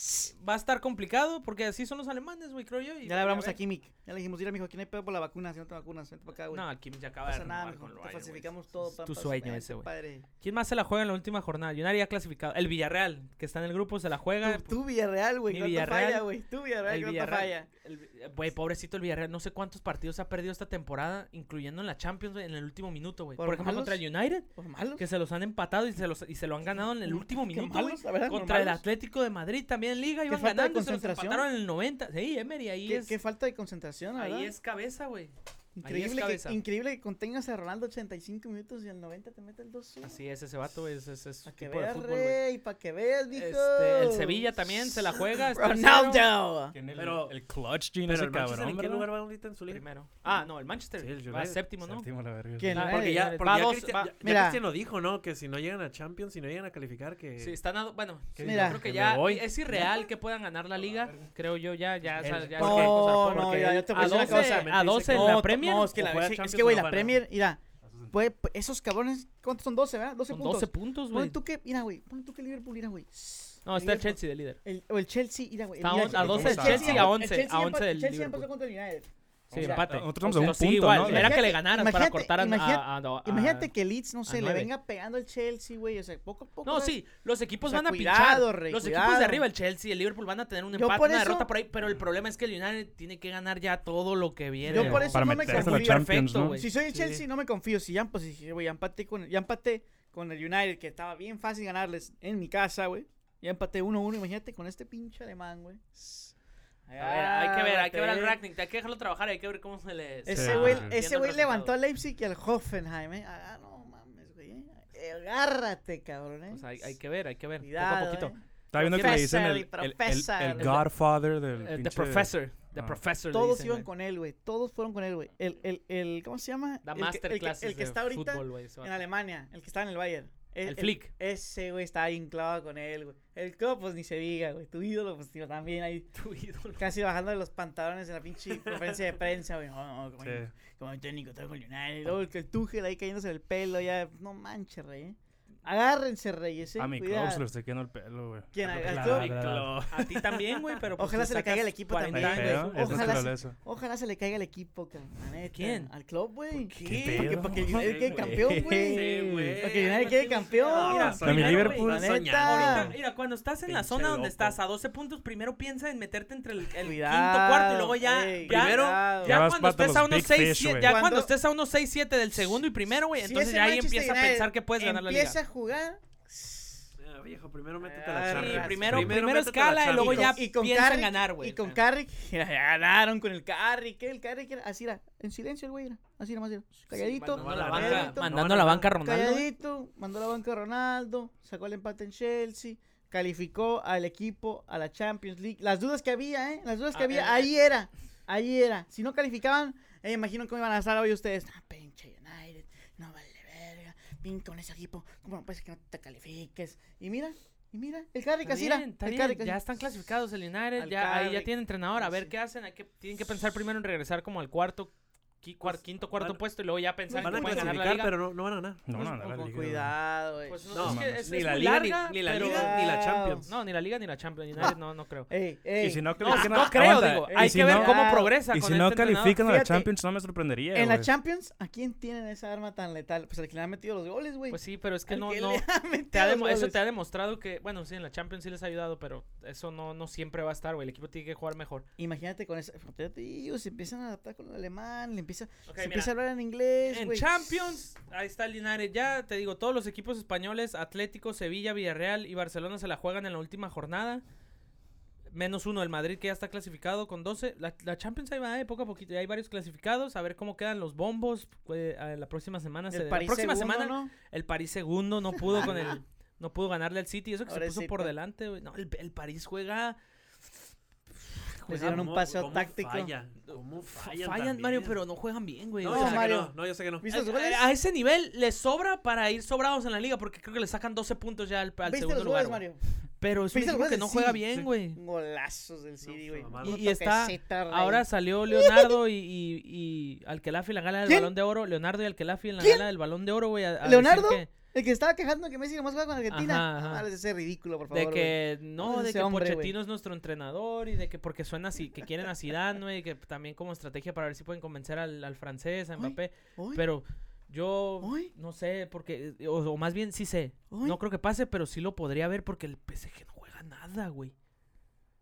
A: Va a estar complicado porque así son los alemanes, güey, creo yo. y
D: Ya le hablamos
A: a
D: a
A: ver.
D: Kimmich. Ya le dijimos, mira, mijo, aquí no hay pedo por la vacuna. Si no te vacunas, vente para acá, güey.
A: No,
D: No
A: aquí ya acaba de
D: pasa nada,
A: renovar
D: mijo.
A: con el
D: Te
A: Bayern, güey.
D: falsificamos todo.
A: tu
D: papá,
A: sueño
D: vente,
A: ese, güey.
D: padre.
A: ¿Quién más se la juega en la última jornada? United ya clasificado. El Villarreal, que está en el grupo, se la juega.
D: Tú, tú Villarreal, güey.
A: Mi
D: ¿Cuánto
A: Villarreal.
D: falla, güey? Tú Villarreal,
A: El
D: ¿cuánto
A: Villarreal.
D: falla?
A: El- eh, Güey, pobrecito el Villarreal. No sé cuántos partidos ha perdido esta temporada, incluyendo en la Champions güey, en el último minuto, güey.
D: ¿Por
A: Por, ejemplo,
D: malos?
A: contra el United,
D: ¿Por malos?
A: que se los han empatado y se, los, y se lo han ganado en el último
D: Qué
A: minuto, güey.
D: malos, la verdad,
A: Contra el
D: malos.
A: Atlético de Madrid también en Liga iban
D: falta de
A: ganando, se los
D: concentración.
A: empataron en el 90. Sí, Emery, ahí
D: Qué,
A: es
D: qué falta de concentración, la
A: ahí
D: ¿verdad?
A: es cabeza, güey.
D: increíble,
A: cabeza.
D: que, increíble que contengas a Ronaldo 85 minutos y al 90 te mete el 2-1.
A: Así es ese vato, güey, ese ese es su
D: Para que
A: tipo de
D: veas,
A: fútbol, güey.
D: rey, para que veas, mijo.
A: Este, el Sevilla también se la juega. es tercero.
D: ¡Ronaldo!
C: Tiene el,
B: Pero-
C: el clutch gene
B: Pero
C: ese
B: el Manchester,
C: cabrón,
B: ¿en qué
C: ¿verdad?
B: lugar va ahorita en su liga?
A: Primero. Ah, no, el Manchester.
B: Sí, el
A: va
B: United.
A: séptimo, ¿no?
C: Séptimo, la verga.
D: ¿Quién?
A: Ah,
B: Porque ya,
A: Madre,
B: porque
A: va
B: ya
A: dos,
B: Cristi-
A: va-
B: ya- ya
D: Mira.
B: Cristiano dijo, ¿no? Que si no llegan a Champions, si no llegan a calificar, que...
A: Sí, están a- bueno, sí,
D: Mira.
A: yo creo que
B: Que
A: ya
B: me voy.
A: es irreal que puedan ganar la liga, creo yo ya ya, o sea,
B: El-
A: ya
B: ¿por
A: es
B: qué?
A: una cosa
D: No,
A: pobre.
D: no,
B: porque
D: ya, yo te voy a
A: a
D: decir una cosa.
A: 12, a 12 en
D: No,
A: la
D: to-
A: Premier.
D: No, es que,
B: o
D: la,
B: juega
D: es- es
B: Champions
D: que, güey,
B: o no
D: la
B: van a-
D: Premier, mira, puede- pu- esos cabrones, ¿cuántos son 12, verdad? 12
A: Son
D: puntos.
A: 12 puntos,
D: Pon
A: güey.
D: tú que, mira, güey, pon tú que Liverpool, mira, güey.
A: No, está el Chelsea de líder.
D: El, o el Chelsea, mira, güey. el
A: Está
D: mira,
A: on- a
D: el
A: 12
C: del Chelsea,
D: ya-
A: a
D: el
A: 11,
D: Chelsea
A: a
D: ya
A: 11 del
D: empa- Chelsea ya empató
A: Liverpool.
D: contra el United.
A: Sí,
D: O sea,
A: empate.
C: nosotros vamos
A: O
C: a
A: sea,
C: un
A: sí,
C: punto,
A: igual,
C: ¿no? De-
A: Era que le
D: Imagínate-
A: ganaras para
D: imagínate-
A: cortar a, a- a- Ah, a-
D: Imagínate que Leeds, no
A: a
D: sé, le
A: nueve.
D: venga pegando al Chelsea, güey. O sea, poco a poco.
A: No,
D: ¿sabes?
A: sí, los equipos
D: O sea,
A: van a
D: cuidado,
A: pinchar.
D: rey,
A: los equipos
D: cuidado.
A: de arriba, el Chelsea y el Liverpool van a tener un
D: Yo
A: empate,
D: por
A: una
D: eso-
A: derrota por ahí, pero el problema es que el United tiene que ganar ya todo lo que viene.
D: Yo
A: güey.
D: por eso
C: Para
D: no me
C: meterse a la
D: confundí.
C: Champions,
A: Perfecto,
C: ¿no?
A: güey.
D: Si soy el
A: pues, Sí.
D: Chelsea, no me confío. Si ya, pues, dije, güey, ya empaté con el, ya empaté con el United, que estaba bien fácil ganarles en mi casa, güey. Ya empaté 1-1, imagínate, con este pinche alemán, güey.
A: A ver, hay que ver, hay que ver al Racknick, hay que dejarlo trabajar, hay que ver cómo se le... se
D: Ese
A: va
D: güey,
A: viendo
D: ese
A: el
D: güey
A: resultado.
D: levantó a Leipzig y al Hoffenheim, eh. Ah, no mames, güey. eh. Agárrate, cabrón, eh.
A: Pues hay, hay que ver, hay que ver,
D: Cuidado,
A: poco a
D: eh.
A: poquito.
C: Estaba viendo que le dicen el,
D: Professor,
C: el- el-
D: professor.
C: el Godfather del
A: Eh, the
C: pinche-
A: Professor, The
C: Ah.
A: Professor. le
D: Todos
A: dicen, eh.
D: iban
A: güey.
D: con él, güey. Todos fueron con él, güey. El, el, el, ¿cómo se llama?
A: Da
D: El que- el que-
A: masterclasses
D: El que está ahorita
A: fútbol, güey, ese
D: en
A: vato.
D: Alemania, el que está en el Bayern. E-
A: El Flick.
D: Ese, güey, estaba bien clavado con él, güey. El Copo, pues ni se diga, güey. Tu ídolo, pues tío, también ahí.
A: Tu ídolo.
D: Casi bajando de los pantalones en la pinche conferencia de prensa, güey. No, no, como,
C: Sí.
D: como el técnico, está con United. Luego el, el Tuchel ahí cayéndose el pelo, ya. No manches, rey. eh. Agárrense, Reyes. eh,
C: A mi
D: cuidado.
C: Close le estoy quedando el pelo, güey.
D: ¿Quién, a- a
C: Claro.
D: tú?
A: A ti también, güey, pero.
D: Ojalá
A: tú
D: se le caiga
A: sacas
D: el equipo
A: 40
D: también, güey.
A: años.
C: Feo, es
D: Ojalá sí.
C: naturaleza.
D: Ojalá se le caiga el equipo, cabrón. la neta.
A: ¿Quién?
D: Al club, güey.
C: ¿Qué
D: Porque
C: pedo?
D: para que United quede
B: Sí,
D: campeón, güey.
B: Sí, güey.
D: Porque United quede campeón.
A: Mira,
C: A mi
A: Claro,
C: Liverpool.
D: La
B: Estás
D: neta.
A: Ahorita, mira, cuando estás en la
B: Pinche
A: zona donde
B: loco.
A: estás, a 12 puntos, primero piensa en meterte entre el, el quinto,
D: Cuidado,
A: cuarto y luego ya. ya
D: ey,
B: Primero,
A: ya
D: cuidado.
C: Ya vas
A: cuando
C: pato a
A: estés a
C: los
A: unos
C: big
A: 6,
C: fish,
A: 7,
C: güey.
A: ya
D: Cuando-
A: cuando estés a unos 6, 7 del segundo y primero, güey,
D: Si
A: Pues, entonces
D: ese
A: ya ahí
D: Manchester
A: empieza a
D: United
A: pensar que puedes ganar la liga.
D: Empieza a jugar.
B: Ah, viejo, primero métete
D: Ah,
B: a la
A: Sí,
B: Champions.
A: primero, primero,
B: métete a la
A: escala y luego
B: Champions.
A: ya
D: y con
A: piensa en
D: Carrick-
A: ganar, güey.
D: Y con Carrick, <laughs> mira, ganaron con el Carrick. ¿eh? El Carrick era así, era, en silencio el güey. Era, así nomás, era, calladito.
B: mandó a la
D: calladito,
B: banca,
A: mandando a la banca a Ronaldo. güey.
D: Calladito, mandó a la banca a Ronaldo, sacó el empate en Chelsea, calificó al equipo a la Champions League. Las dudas que había, ¿eh? Las dudas que
B: Ah,
D: había,
B: eh,
D: ahí era, ahí era. Si no calificaban, eh, imagino cómo iban a estar hoy ustedes. Ah, pinche United, no vale verga, pin con ese equipo, ¿cómo puedes que no te califiques? Y mira, y mira, el Carrick
A: Está
D: así era,
A: bien, está
D: el
A: bien,
D: Carrick así.
A: Ya están clasificados el United,
D: Al
A: ya, ahí ya
D: Carrick.
A: tiene entrenador. A ver
D: Sí.
A: qué hacen. hay que- tienen que pensar primero en regresar como al cuarto, qui- cuar- quinto, cuarto
B: van-
A: puesto y luego ya pensar en
B: Van a
A: cómo pueden ganar la
B: clasificar,
A: liga.
B: pero no, no van a ganar.
C: No,
D: Pues,
C: no, no, la
D: con
C: liga, güey.
D: cuidado, güey.
A: Pues no,
B: No,
A: es que
C: mames.
A: es-
B: Ni
A: es
B: la
A: muy
B: liga, ni-
A: larga,
B: ni la
A: pero-
B: liga, ni la Champions.
A: No, ni la liga ni la Champions United, no, no
D: <laughs>
A: creo.
D: Ey,
C: Y
D: ey.
C: si no
A: No,
C: califican a-
A: no creo,
C: aguanta, eh,
A: digo.
C: y
A: Hay
C: si
A: que ver
C: no-
A: cómo progresa
C: Y
A: con
C: si no
A: este entrenador.
C: califican a la
D: Fíjate.
C: Champions, no me sorprendería,
D: En la
C: güey.
D: Champions, ¿a quién tienen esa arma tan letal? Pues el que le ha metido los goles, güey.
A: Pues sí, pero es que
D: Al
A: no,
D: que
A: no.
D: le ha
A: te
D: metido
A: <laughs> ha
D: los
A: demo- eso
D: goles.
A: te ha demostrado que, bueno, sí, en la Champions sí les ha ayudado, pero eso no, no siempre va a estar, güey. El equipo tiene que jugar mejor.
D: Imagínate con eso. Yo te digo, se empiezan a adaptar con el alemán, le empieza,
A: Ok,
D: se
A: mira,
D: empieza a hablar en inglés,
A: En
D: güey.
A: Champions, ahí está el Linares. Ya te digo, todos los equipos españoles, Atlético, Sevilla, Villarreal y Barcelona se la juegan en la última jornada. Menos uno, el Madrid que ya está clasificado con 12. La, la Champions ahí va, eh, poco a poquito. Ya hay varios clasificados. A ver cómo quedan los bombos. eh, a la próxima semana. se-
D: El
A: la
D: París
A: próxima
D: segundo,
A: semana
D: ¿no?
A: El París segundo no pudo con
D: <laughs>
A: el. No pudo ganarle al City. Eso que
D: Ahora
A: se puso
D: sí,
A: por
D: pa-
A: delante, güey. No, el, el París juega. juega
D: Les dieron un
B: ¿Cómo-
D: paseo
B: cómo
D: táctico.
B: Fallan, ¿Cómo
A: fallan,
B: fallan?
A: Mario,
B: también?
A: pero no juegan bien, güey.
B: No,
A: o
B: yo
A: sea,
B: sé que
D: Mario.
B: no, no, yo sé que no.
D: ¿Viste los
A: a-
D: goles?
A: A, a ese nivel les sobra para ir sobrados en la liga porque creo que le sacan 12 puntos ya al, al
D: ¿Viste
A: segundo
D: los
A: lugar.
D: goles,
A: güey.
D: Mario?
A: Pero es un
D: ¿Viste los
A: equipo que
D: goles?
A: no juega
D: Sí,
A: bien,
B: sí.
A: güey.
D: Golazos del City,
B: fue
D: güey.
B: mamada.
A: Y,
D: Un
A: y está.
D: toquecita, rey.
A: Ahora
D: <laughs>
A: salió Leonardo y, y, y Alquelafi en la gala del
D: ¿Quién?
A: balón de oro. Leonardo y Alquelafi en la
D: ¿Quién?
A: gala del balón de oro, güey. a- a decir
D: ¿Leonardo?
A: que-
D: El que estaba quejando que Messi nomás juega con
A: Ajá,
D: Argentina. Ajá,
A: ajá.
D: ese ridículo, por favor.
A: De que no,
D: Ese
A: de que
D: hombre, güey.
A: Pochettino es nuestro entrenador y de que porque suena así, que quieren a Zidane, güey, que también como estrategia para ver si pueden convencer al, al francés, a
D: Uy,
A: Mbappé,
D: güey. Uy,
A: pero yo
D: Uy.
A: no sé porque o, o más bien sí sé.
D: Uy.
A: No creo que pase, pero sí lo podría ver porque el PSG no juega nada, güey.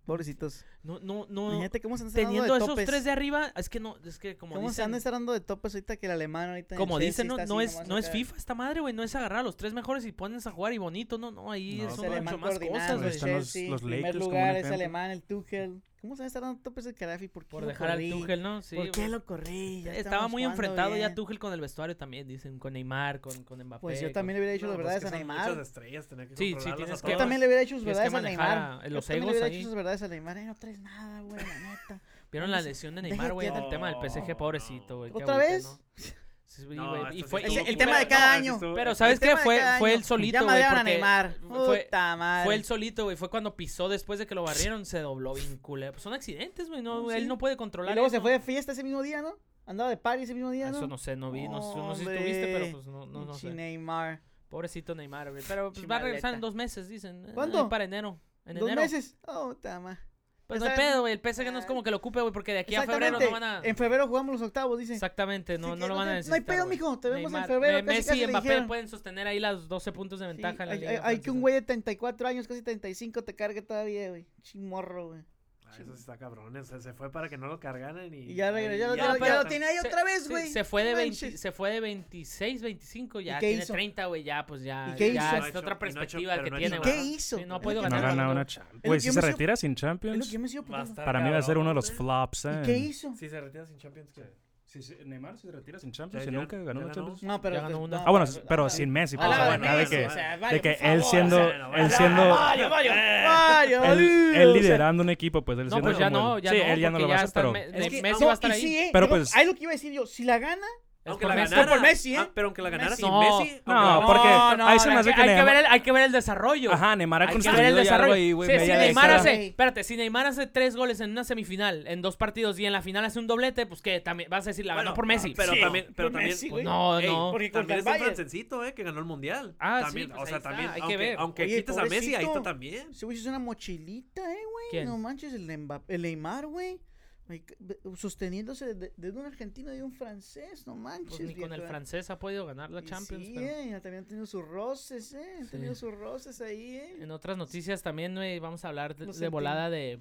D: Pobrecitos.
A: No no no
D: Imagínate cómo se han estado
A: teniendo
D: dando de
A: esos
D: topes.
A: tres de arriba, es que no es que como
D: ¿Cómo se han
A: dicen,
D: estar dando de topes ahorita que el alemán ahorita en
A: como
D: Chelsea
A: dicen, no,
D: está
A: no
D: así
A: es
D: nomás
A: no es
D: acá?
A: FIFA esta madre, güey, no es agarrar a los tres mejores y pones a jugar y bonito, no, no, ahí
C: No,
A: son
D: Es alemán
A: mucho más
D: coordinado,
A: cosas,
C: Ahí
A: güey.
D: güey.
C: están los-
D: Chelsea,
C: los
D: primer
C: Lakers como un
D: lugar es
C: ejemplo.
D: alemán, el Tuchel. ¿Cómo se va a estar dando topes el Gaddafi? ¿Por qué
A: Por
D: lo
A: dejar al
D: corrí?
A: Tuchel, ¿no? Sí.
D: ¿Por qué
A: güey.
D: lo corrí? Ya
A: Estaba
D: estábamos
A: muy
D: jugando
A: enfrentado ya
D: bien.
A: Tuchel con el vestuario también, dicen, con Neymar, con, con Mbappé.
D: Pues yo
A: con-
D: también le hubiera dicho
B: No,
D: las
B: pues
D: verdades
B: que
D: a
B: son
D: Neymar.
B: Muchas estrellas, tenía que
A: Sí, sí,
B: controlarlas
A: tienes
B: a
A: que-
D: Yo
B: todas.
D: también le hubiera dicho sus
A: Tienes que
D: verdades a
A: manejar
D: Neymar.
A: a-
D: Yo
A: los
D: también le
A: egos
D: hubiera
A: ahí.
D: dicho sus verdades a Neymar. Eh, no traes nada, güey, la neta.
A: ¿Vieron la lesión de Neymar,
D: Déjate
A: güey?
D: de-
A: El tema del PSG,
B: No,
A: pobrecito, güey. qué
D: Pues, ¿Otra
A: agüite,
D: vez?
A: ¿no? Sí, güey,
B: No,
A: güey,
B: esto
A: y
B: sí
A: fue-
D: Es
A: y-
D: el
A: y
D: tema
A: fue-
D: de cada
B: no,
D: año.
B: esto-
A: Pero ¿sabes
D: El
A: qué?
D: tema de
A: Fue,
D: cada
A: fue
D: año.
A: él solito,
D: Ya
A: güey.
D: madrearon a
A: porque
D: Neymar.
A: fue-
D: Puta madre.
A: Fue él solito, güey. Fue cuando pisó después de que lo barrieron, se dobló bien culero. Pues son accidentes, güey. No,
D: No, sí.
A: Él no puede
D: Y
A: controlar
D: luego
A: eso.
D: se fue de fiesta ese mismo día, ¿no? Andaba de party ese mismo
A: Ah,
D: día, ¿no?
A: Eso no sé, no vi. No, sé- no sé si estuviste,
D: Hombre.
A: pero pues no, no, no
D: Pinche
A: sé.
D: Neymar.
A: Pobrecito Neymar, güey. Pero pues, va a regresar en
D: Chimaleta.
A: dos meses, dicen. eh,
D: ¿Cuándo?
A: ahí Para enero. En
D: Dos
A: enero.
D: meses. Oh, puta madre.
A: Pues no hay
D: Esa-
A: pedo, güey. El PSG no es como que lo ocupe, güey, porque de aquí a febrero
D: Exactamente.
A: no van a.
D: En febrero jugamos los octavos, dice.
A: Exactamente, no,
D: Así
A: no
D: que
A: lo van a
D: te- No hay
A: necesitar.
D: pedo,
A: güey.
D: mijo. Te vemos en
A: Neymar-
D: febrero.
A: Me-
D: casi,
A: Messi
D: casi
A: y
D: le
A: Mbappé
D: dijeron.
A: pueden sostener ahí las 12 puntos de
D: Sí,
A: ventaja en la
D: hay,
A: liga
D: hay- hay que un
A: francesa.
D: güey de 34 años, casi 35, te cargue todavía, güey. Chimorro, güey.
B: Ah, eso sí está cabrón. Se, se fue para que no lo cargaran y.
D: Y ya regresó. Ya, lo-
B: y
D: ya lo- ya
A: pero-
D: lo tiene ahí
A: Se-
D: otra vez,
A: se-
D: güey.
A: Se, fue de
D: No
A: 20,
D: manches.
A: se fue de 26, 25, ya
D: qué
A: tiene
D: hizo?
A: 30, güey, ya pues ya,
D: ¿Y qué
A: ya
D: hizo?
A: es
B: No ha
A: otra
B: hecho- y no ha hecho-
A: perspectiva el
B: pero
A: que
B: no ha
A: tiene,
B: hecho
A: güey.
D: nada. ¿Qué hizo?
A: Sí, no ha
D: Es
A: podido
D: lo que
C: No
A: ganar.
D: me-
C: gana
A: nada.
C: una Champions.
D: que
C: Güey, si
D: yo me
C: se
D: hizo-
C: retira
D: Es
C: sin
D: lo que
C: Champions,
D: yo me sigo
B: Va a
D: preguntando.
B: estar
C: para mí va a ser uno de
B: cabrón,
C: los
B: ¿eh?
C: flops, eh.
D: ¿Y qué hizo?
B: Si se retira sin Champions, ¿qué?
C: Si se- Neymar si se retira sin
B: Ya-
C: Champions y
B: ya-
C: nunca ganó
B: ya
C: una
B: ganó.
C: Champions.
D: No, pero.
A: Ya ganó una.
C: Ah, bueno, s- pero sin Messi, pues,
D: Ah,
C: o sea,
D: bueno,
C: acá de
D: eso,
C: que,
D: o sea,
C: de
D: vale,
C: que
D: por
C: él
D: favor,
C: siendo,
D: o
B: o sea,
C: él
B: vale.
C: siendo,
D: Mario, Mario, Mario,
C: él,
D: o sea,
C: él liderando un equipo, pues él
A: No,
C: siendo
A: pues ya
C: como
A: no,
C: el-
A: ya
C: sí,
A: no,
C: él ya no
A: porque
C: lo va a
A: ya
C: hacer,
A: está
C: pero
A: Me-
B: Es
A: Me-
B: que-
A: Messi
B: no,
A: va a estar
D: y
A: ahí.
D: sí, ¿eh?
C: Pero
D: Yo-
C: pues-
D: Ahí lo que iba a decir yo, si la gana,
A: Es
B: Aunque
A: por
B: la
A: Messi.
B: ganara.
D: Por Messi, ¿eh?
B: Ah, pero aunque la ganara
D: Messi.
B: sin
A: No,
B: Messi.
C: no,
B: aunque la-
C: porque- ahí se me
A: hay
C: hace
A: que-
C: que
A: hay, que
C: Neymar-
A: ver el, hay que ver el desarrollo.
C: Ajá, Neymar ha
A: Hay que ver el
C: construido ya algo
A: desarrollo.
C: ahí, güey.
A: Sí, si
C: media
A: Neymar
C: década.
A: hace,
D: Sí.
A: espérate, si Neymar hace tres goles en una semifinal, en dos partidos y en la final hace un doblete, pues que también vas a decir la
B: Bueno,
A: ganó por Messi.
B: Pero
D: Sí,
B: también, pero
D: por
B: también.
D: Messi,
A: Pues
D: güey.
A: no,
B: Ey,
A: no.
D: Porque
B: también
D: contra el
B: es un
D: Bayern.
B: Francencito, eh, que ganó el mundial.
A: Ah, sí,
B: También,
A: pues
B: o
A: ahí
B: sea,
A: está,
B: también.
A: hay que
B: aunque,
A: ver.
B: aunque
D: Oye,
B: quites a Messi, ahí
D: pobrecito.
B: está también.
D: Ese güey es una mochilita, eh, güey.
A: ¿Quién?
D: No manches, el, Mbapp- el Neymar, güey. Ay, c- be- Sosteniéndose de, de un argentino y de un francés, no manches.
A: Pues ni con el
D: vieja.
A: francés ha podido ganar la
D: Y
A: Champions.
D: Sí,
A: pero-
D: eh, ya también han tenido sus roces, eh. Han
A: Sí.
D: tenido sus roces ahí, eh.
A: En otras noticias también güey, vamos a hablar de,
D: Lo
A: de
D: sentí.
A: volada de,